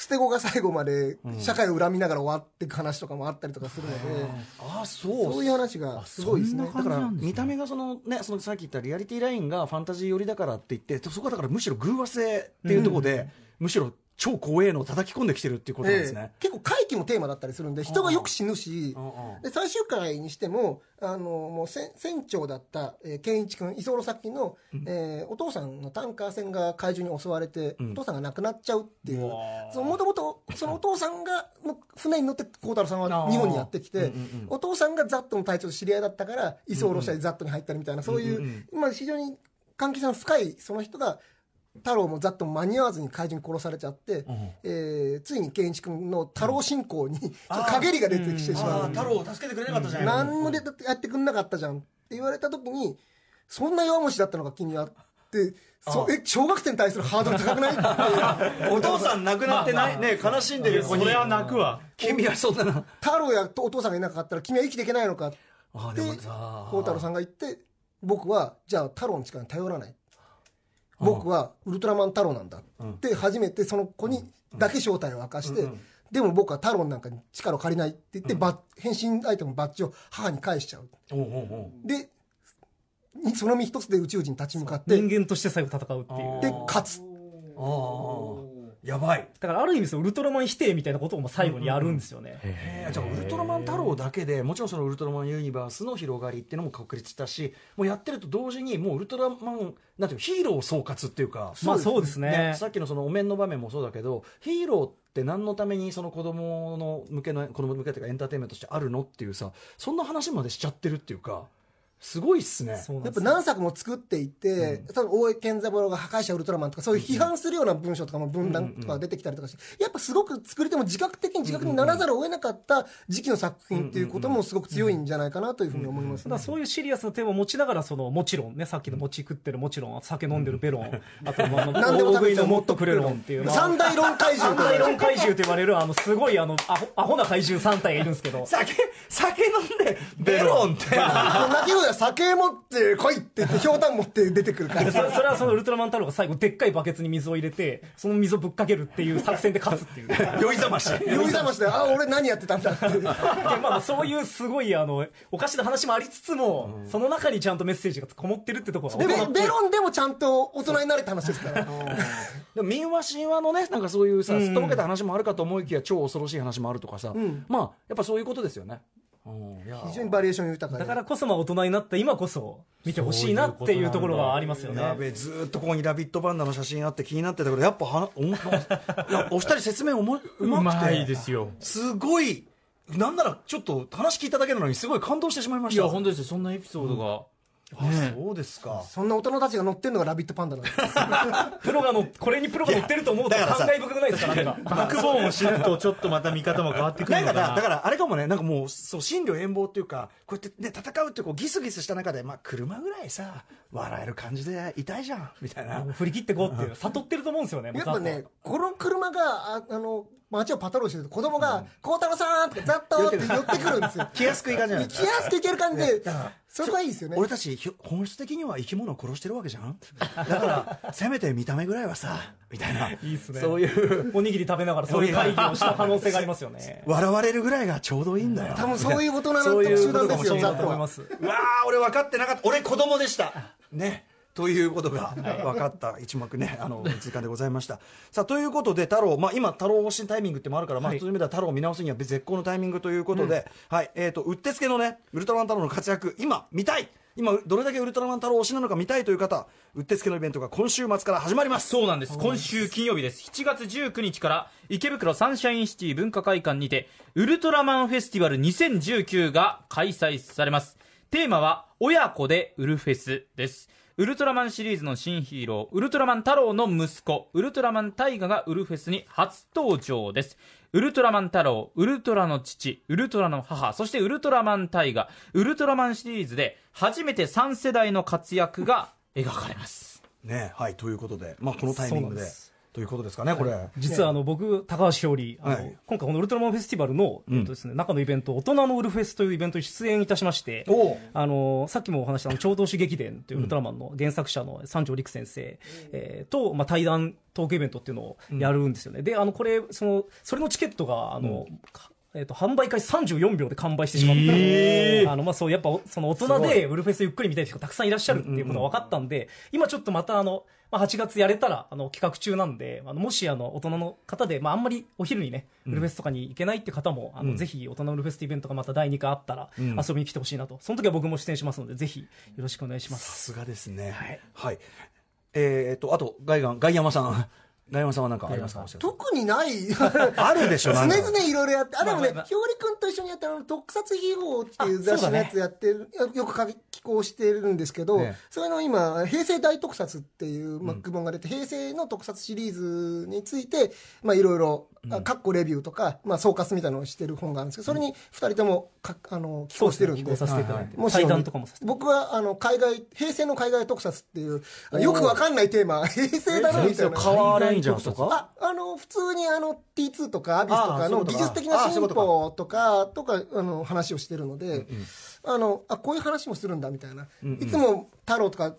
[SPEAKER 4] 捨て子が最後まで社会を恨みながら終わっていく話とかもあったりとかするので、
[SPEAKER 3] あそう
[SPEAKER 4] そういう話がすごいですね
[SPEAKER 2] あそんな感
[SPEAKER 4] だか
[SPEAKER 2] じ
[SPEAKER 4] ら
[SPEAKER 2] なんですね
[SPEAKER 3] 見た目がそのねそのさっき言ったリアリティラインがファンタジー寄りだからって言ってそこはだからむしろ偶話性っていうところで、むしろ超怖えのを叩き込んできてるっていうことなんです
[SPEAKER 4] え
[SPEAKER 3] ね
[SPEAKER 4] え、結構回帰もテーマだったりするんで人がよく死ぬし
[SPEAKER 3] うんうん
[SPEAKER 4] で最終回にしてもあのもう船船長だった、えー、健一君居候先の、えーお父さんのタンカー船が怪獣に襲われて、
[SPEAKER 3] ん
[SPEAKER 4] お父さんが亡くなっちゃうっていう
[SPEAKER 5] うわー
[SPEAKER 4] もともとそのお父さんがの船に乗って孝太郎さんは日本にやってきて、
[SPEAKER 3] あーうんうんうん
[SPEAKER 4] お父さんがザットの隊長と知り合いだったから居候したりザットに入ったりみたいな、そういう、
[SPEAKER 3] うんうん
[SPEAKER 4] まあ、非常に関係性の深いその人が太郎もザットも間に合わずに怪人に殺されちゃって、
[SPEAKER 3] ん
[SPEAKER 4] えーついに健一君の太郎信仰に、ちょっと陰りが出てきてしまう、
[SPEAKER 3] 太郎を助けてくれなかったじゃ
[SPEAKER 4] 何もでだってやってくんなかったじゃんって言われた時にそんな弱虫だったのか君はってそえ小学生に対するハードル高くないっていう
[SPEAKER 3] お父さん亡くなってない、ね悲しんでる子に
[SPEAKER 2] それは泣くわ。
[SPEAKER 3] 君はそんなの
[SPEAKER 4] 太郎やお父さんがいなかったら君は生きていけないのかって
[SPEAKER 3] あでもさ
[SPEAKER 4] 孝太郎さんが言って僕はじゃあ太郎の力に頼らない僕はウルトラマン太郎なんだって初めてその子にだけ正体を明かしてでも僕は太郎なんかに力を借りないって言ってバッ変身アイテムバッジを母に返しちゃう
[SPEAKER 3] おうおうおう
[SPEAKER 4] でその身一つで宇宙人に立ち向かって
[SPEAKER 5] 人間として最後戦うっていう
[SPEAKER 4] で勝つ
[SPEAKER 3] ああやばい
[SPEAKER 5] だからある意味そのウルトラマン否定みたいなことをまあ最後にやるんですよね、
[SPEAKER 3] えーじゃあウルトラマン太郎だけでもちろんそのウルトラマンユニバースの広がりっていうのも確立したしもうやってると同時にもうウルトラマンなんていうのヒーロー総括っていうか
[SPEAKER 5] まあそうですね
[SPEAKER 3] ねさっきのそのお面の場面もそうだけどヒーローって何のためにその子供の向けの子供向けというかエンターテインメントとしてあるのっていうさそんな話までしちゃってるっていうかすごいっすね。
[SPEAKER 5] そうなん
[SPEAKER 4] や
[SPEAKER 5] で
[SPEAKER 4] っ
[SPEAKER 5] す
[SPEAKER 4] ぱ何作も作っていて、多分大江健三郎が破壊者ウルトラマンとか、そういう批判するような文章とかも文壇とか出てきたりとかして、やっぱすごく作り手も自覚的に自覚にならざるを得なかった時期の作品っていうこともすごく強いんじゃないかなというふうに思います
[SPEAKER 5] た
[SPEAKER 4] ね
[SPEAKER 5] だそういうシリアスなテーマを持ちながらそのもちろんねさっきの餅食ってるもちろん酒飲んでるベロンあとまあ まあ
[SPEAKER 4] 何でも
[SPEAKER 5] 大
[SPEAKER 4] 食
[SPEAKER 5] 食
[SPEAKER 4] べ
[SPEAKER 5] い
[SPEAKER 4] て
[SPEAKER 5] の
[SPEAKER 4] も
[SPEAKER 5] もっとくれロンっていうまあ
[SPEAKER 4] 三大論怪獣
[SPEAKER 5] 三
[SPEAKER 4] とか
[SPEAKER 5] 大論怪獣と言われるあのすごいあのアホアホな怪獣3体がいるんですけ ど
[SPEAKER 3] 酒、酒飲んで、ベロンって。
[SPEAKER 4] もう鳴き声は酒持って来いって言って、ひょうたん持って出てくるから
[SPEAKER 5] で。それそれはそのウルトラマン太郎が最後でっかいバケツに水を入れてその水をぶっかけるっていう作戦で勝つ っていうで
[SPEAKER 3] 酔い覚まし。
[SPEAKER 4] 酔い覚まして、あ、俺何やってたんだって。
[SPEAKER 5] まあそういうすごいあのおかしな話もありつつもその中にちゃんとメッセージがこもってるってところが
[SPEAKER 4] ベベロンでもちゃんと大人になれた話ですか ら。
[SPEAKER 3] でも民話神話のねなんかそういうさすっとぼけた話もあるかと思いきや超恐ろしい話もあるとかさ、まあやっぱそういうことですよね。うんいや
[SPEAKER 4] 非常にバリエーション豊か
[SPEAKER 5] だ
[SPEAKER 4] で。
[SPEAKER 5] からこそまあ大人になった今こそ見てほしいなっていうところがありますよね
[SPEAKER 3] やべえずーっとここに「ラビット!」バンダの写真あって気になってたけどやっぱはな おもいやお二人説明おもう
[SPEAKER 2] う
[SPEAKER 3] まく
[SPEAKER 2] ま
[SPEAKER 3] て
[SPEAKER 2] いですよ
[SPEAKER 3] すごいなんならちょっと話聞いただけなのにすごい感動してしまいまし
[SPEAKER 2] い
[SPEAKER 3] た
[SPEAKER 2] や本当ですよそんなエピソードが、
[SPEAKER 3] あそうですか
[SPEAKER 4] そんな大人たちが乗ってんのがラビットパンダなんです。
[SPEAKER 5] プロがのこれにプロが乗ってると思うと
[SPEAKER 3] いやだからさ
[SPEAKER 5] 感慨深くないですかなんか
[SPEAKER 2] バックボーンを知るとちょっとまた見方も変わってく
[SPEAKER 3] な
[SPEAKER 2] る
[SPEAKER 3] ん
[SPEAKER 2] の
[SPEAKER 3] か
[SPEAKER 2] かな
[SPEAKER 3] だだからあれかもねなんかもうそう心慮遠望というかこうやって、ね、戦うってこうギスギスした中で、まあ、車ぐらいさ笑える感じで痛いじゃんみたいな
[SPEAKER 5] 振り切ってこうっていう悟ってると思うんですよねもう
[SPEAKER 4] やっぱね、この車が、ああの、街をパトロールしてると子供が、孝太郎さんってザッとーって寄ってくるんですよ。
[SPEAKER 3] 気安くいかんじゃない
[SPEAKER 4] 来やすく行ける感じで
[SPEAKER 3] だから、
[SPEAKER 4] そこがいいですよね。
[SPEAKER 3] 俺たちひょ本質的には生き物を殺してるわけじゃんだからせめて見た目ぐらいはさみたいない
[SPEAKER 5] いっすね
[SPEAKER 3] そういう
[SPEAKER 5] おにぎり食べながらそういう会議をした可能性がありますよね
[SPEAKER 3] 笑われるぐらいがちょうどいいんだよ
[SPEAKER 4] 多分そういう大人の
[SPEAKER 3] そういう
[SPEAKER 4] 集団です
[SPEAKER 5] そ
[SPEAKER 4] よ、
[SPEAKER 5] う
[SPEAKER 4] ザ
[SPEAKER 5] だ
[SPEAKER 4] ッ
[SPEAKER 5] と
[SPEAKER 4] と
[SPEAKER 5] 思いま
[SPEAKER 4] は。
[SPEAKER 5] す
[SPEAKER 3] うわー俺分かってなかった俺子供でしたねということが分かった一幕ねあの追加でございましたさあということで太郎、まあ、今太郎推しタイミングってもあるから、まあ、そういう意味では太郎を見直すには絶好のタイミングということで、はいえー、とうってつけのねウルトラマン太郎の活躍今見たい今どれだけウルトラマン太郎推しなのか見たいという方うってつけのイベントが今週末から始まります
[SPEAKER 2] そうなんです今週金曜日です7月19日から池袋サンシャインシティ文化会館にてウルトラマンフェスティバル2019が開催されますテーマは親子でウルフェスですウルトラマンシリーズの新ヒーローウルトラマン太郎の息子ウルトラマンタイガがウルフェスに初登場ですウルトラマン太郎ウルトラの父ウルトラの母そしてウルトラマンタイガウルトラマンシリーズで初めて3世代の活躍が描かれます
[SPEAKER 3] ねはいということで、まあ、このタイミングで
[SPEAKER 5] そうなんです
[SPEAKER 3] ということですかねこれ、
[SPEAKER 5] 実はあの僕、高橋表裏、あの
[SPEAKER 3] はい
[SPEAKER 5] 今回、このウルトラマンフェスティバルの、えっとですね、中のイベント、大人のウルフェスというイベントに出演いたしまして
[SPEAKER 3] おう、
[SPEAKER 5] あのさっきもお話したあの超同志劇伝というウルトラマンの原作者の三条陸先生、えーと、まあ、対談トークイベントっていうのをやるんですよね。で、あのこれその、それのチケットが、あの、かえっと販売開始34秒で完売してしまって、あのまあ、そうやっぱその大人でウルフェスゆっくり見たい人がたくさんいらっしゃるっていうことが分かったんで、今ちょっとまたあの、まあ、8月やれたらあの企画中なんであのもしあの大人の方で、まあ、あんまりお昼にね、ウルフェスとかに行けないっていう方もあの、ぜひ大人のウルフェスイベントがまた第2回あったら遊びに来てほしいなと、その時は僕も出演しますのでぜひよろしくお願いします
[SPEAKER 3] さすがですね。はい。えーっと、あと、外岸、外山さん。 外山さんは何かありますか
[SPEAKER 4] 特にない。
[SPEAKER 3] あるでしょ、な
[SPEAKER 4] 常
[SPEAKER 3] んか
[SPEAKER 4] 々いろいろやって、あ、でもね
[SPEAKER 5] まあまあまあ、
[SPEAKER 4] ひょうりくんと一緒にやってるあの、特撮秘宝っていう雑誌のやつやってる、よく書き、寄稿してるんですけど
[SPEAKER 3] ええ、
[SPEAKER 4] それの今、平成大特撮っていう、まあ、区分が出て、平成の特撮シリーズについて、まあ、いろいろ、あかっこレビューとか、まあ、総括みたいなのをしてる本があるんですけど、それに二人ともか、あの、寄稿してるん
[SPEAKER 5] 寄
[SPEAKER 4] で
[SPEAKER 5] 稿。させていただいて、
[SPEAKER 4] もし
[SPEAKER 5] 対談とかもさせて
[SPEAKER 4] 僕はあの海外平成の海外特撮っていうよくわかんないテーマ平成だなみたいな
[SPEAKER 3] カワーレンジャーとか
[SPEAKER 4] ああの普通にあの T2 とかアビスと
[SPEAKER 3] ああ
[SPEAKER 4] か
[SPEAKER 3] そういう
[SPEAKER 4] の
[SPEAKER 3] ことか
[SPEAKER 4] 技術的
[SPEAKER 3] あ
[SPEAKER 4] な
[SPEAKER 3] あそうい
[SPEAKER 4] 進
[SPEAKER 3] うこ
[SPEAKER 4] 歩とかとかあの話をしてるのであのあこういう話もするんだみたいな、いつも太郎とか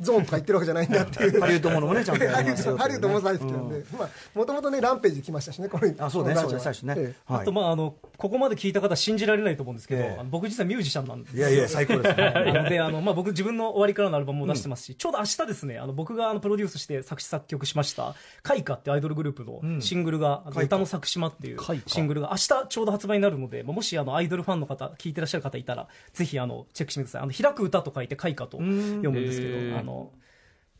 [SPEAKER 4] ゾーンとか言ってるわけじゃないんだっていう
[SPEAKER 3] ハリウッドものもね、ちゃんとや
[SPEAKER 4] ハ
[SPEAKER 3] り
[SPEAKER 4] リ
[SPEAKER 3] ま
[SPEAKER 4] ウ
[SPEAKER 3] す
[SPEAKER 4] ッド
[SPEAKER 3] よ。
[SPEAKER 4] ハリウッドも大好きなんでもともとねランページ来ましたしねこの
[SPEAKER 3] あ、そうね、
[SPEAKER 4] この
[SPEAKER 3] そうね、
[SPEAKER 4] ラジオは
[SPEAKER 3] 最初ね。
[SPEAKER 4] ええ
[SPEAKER 3] はい
[SPEAKER 5] あと、まあ、あの、ここまで聞いた方信じられないと思うんですけど、
[SPEAKER 3] ええ
[SPEAKER 5] あの僕実はミュージシャンなんです
[SPEAKER 3] いやいや、最高ですね。
[SPEAKER 5] なので、あの、まあ、僕自分の終わりからのアルバムも出してますし、ちょうど明日ですね、あの、僕があの、プロデュースして作詞作曲しました、カイカってアイドルグループのシングルが、あの
[SPEAKER 3] カイカ
[SPEAKER 5] 歌の作島っていう
[SPEAKER 3] カイカ
[SPEAKER 5] シングルが明日ちょうど発売になるので、まあもしあの、アイドルファンの方、聞いてらっしゃる方いたら、ぜひあの、チェックしてみてください。あの、開く歌と書いてカイカと読むんですけ
[SPEAKER 2] へ
[SPEAKER 5] ど、
[SPEAKER 2] ー
[SPEAKER 5] あの、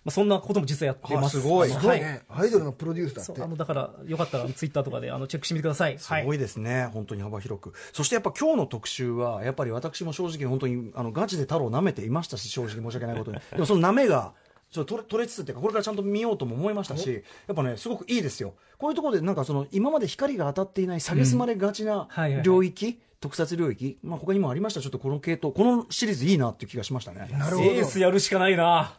[SPEAKER 5] まあ、そんなことも実際やってます。
[SPEAKER 3] あすごい
[SPEAKER 5] あの
[SPEAKER 4] すご
[SPEAKER 5] はいい。
[SPEAKER 4] ね。アイドルのプロデュースだ
[SPEAKER 5] そう
[SPEAKER 4] って
[SPEAKER 5] あ。のだからよかったらツイッターとかであのチェックしてみてください。
[SPEAKER 3] すごいですね、本当に幅広く、そしてやっぱ今日の特集は、やっぱり私も正直、本当にあのガチで太郎舐めていましたし、正直申し訳ないこと に、でもその舐めが、ちょっと取れ取れつつっていうか、これからちゃんと見ようとも思いましたし、やっぱね、すごくいいですよ、こういうところで、なんかその、今まで光が当たっていない、蔑まれがちな
[SPEAKER 5] はいはいはい
[SPEAKER 3] 領域、特撮領域、まあ他にもありました、ちょっとこの系統、このシリーズいいなっていう気がしましたね。
[SPEAKER 4] なるほど。
[SPEAKER 5] エースやるしかないな。
[SPEAKER 4] エースか。
[SPEAKER 5] ウルトラマン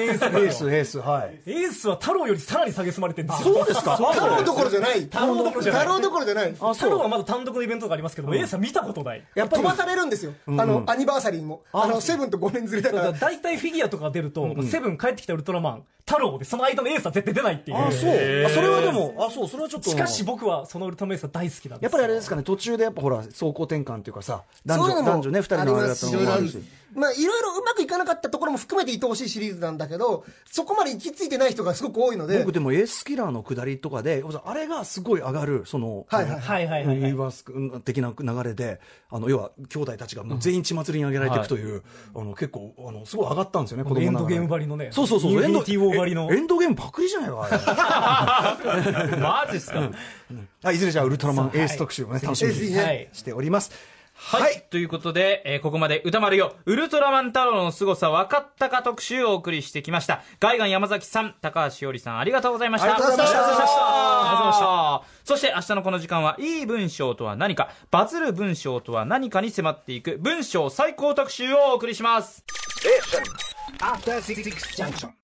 [SPEAKER 5] エースだ
[SPEAKER 3] エ
[SPEAKER 5] よ
[SPEAKER 3] ース、エース、はい。
[SPEAKER 5] エースは太郎よりさらに下げすまれてるんですよ。
[SPEAKER 3] そうですか
[SPEAKER 4] 太郎どころじゃない。
[SPEAKER 5] 太郎どころじゃない
[SPEAKER 4] 太郎どころじゃない。
[SPEAKER 3] あ、
[SPEAKER 5] 太
[SPEAKER 3] そ
[SPEAKER 5] 郎は
[SPEAKER 3] う。
[SPEAKER 5] まだ単独のイベントとかありますけども、エースは見たことない。
[SPEAKER 3] やっぱ
[SPEAKER 4] 飛
[SPEAKER 3] り
[SPEAKER 4] ばされるんですよ。あの、アニバーサリーにも。あの、セブンと5年ずれだ
[SPEAKER 5] だ
[SPEAKER 4] か
[SPEAKER 5] からら。大体フィギュアとかが出ると、セブン帰ってきたウルトラマン、太郎で、その間のエースは絶対出ないっていう。
[SPEAKER 3] あ、そう。あそれはでも、あ、そう、それはちょっと。
[SPEAKER 5] しかし僕はそのウルトラマンエースは大好きなんです
[SPEAKER 3] やっぱりあれですかね、途中でやっぱほら、走行転換っていうかさ、男
[SPEAKER 4] そういう
[SPEAKER 3] 女、
[SPEAKER 4] のも
[SPEAKER 3] 男女ね、二人
[SPEAKER 4] あり
[SPEAKER 3] のあれだ
[SPEAKER 4] ま
[SPEAKER 3] った
[SPEAKER 4] す
[SPEAKER 3] の
[SPEAKER 4] し
[SPEAKER 3] もあるし。
[SPEAKER 4] まあ、いろいろうまくいかなかったところも含めて愛おしいシリーズなんだけど、そこまで行き着いてない人がすごく多いので
[SPEAKER 3] 僕、でもエースキラーの下りとかで、あれがすごい上がる、その、
[SPEAKER 4] はいはい
[SPEAKER 5] はいはいはいはい
[SPEAKER 3] ユニバース的な流れで、あの、要は兄弟たちがもう全員血祭りに上げられていくという、あの、結構、あの、すごい上がったんですよね、子供
[SPEAKER 5] エ
[SPEAKER 3] な
[SPEAKER 5] ン
[SPEAKER 3] が
[SPEAKER 5] ド
[SPEAKER 3] ら
[SPEAKER 5] ゲームばりのね。
[SPEAKER 3] そうそうそう、
[SPEAKER 5] ニューリティウォーばりの
[SPEAKER 3] エ。ンドゲームパクリじゃないか、あれ。
[SPEAKER 2] マジっすか、
[SPEAKER 3] あいずれじゃあ、ウルトラマンエース特集もね、楽しみ
[SPEAKER 4] ぜひ
[SPEAKER 3] に
[SPEAKER 4] ね
[SPEAKER 5] はい。
[SPEAKER 3] しております。
[SPEAKER 2] はい、ということで、えーここまで歌丸よ、ウルトラマン太郎の凄さ分かったか特集をお送りしてきました。ガイガン山崎さん、高橋よりさん、ありがとうございました。
[SPEAKER 3] ありがとうございました
[SPEAKER 2] ありがとうございました。そして明日のこの時間は、いい文章とは何か、バズる文章とは何かに迫っていく、文章最高特集をお送りします。
[SPEAKER 1] After Six Junction.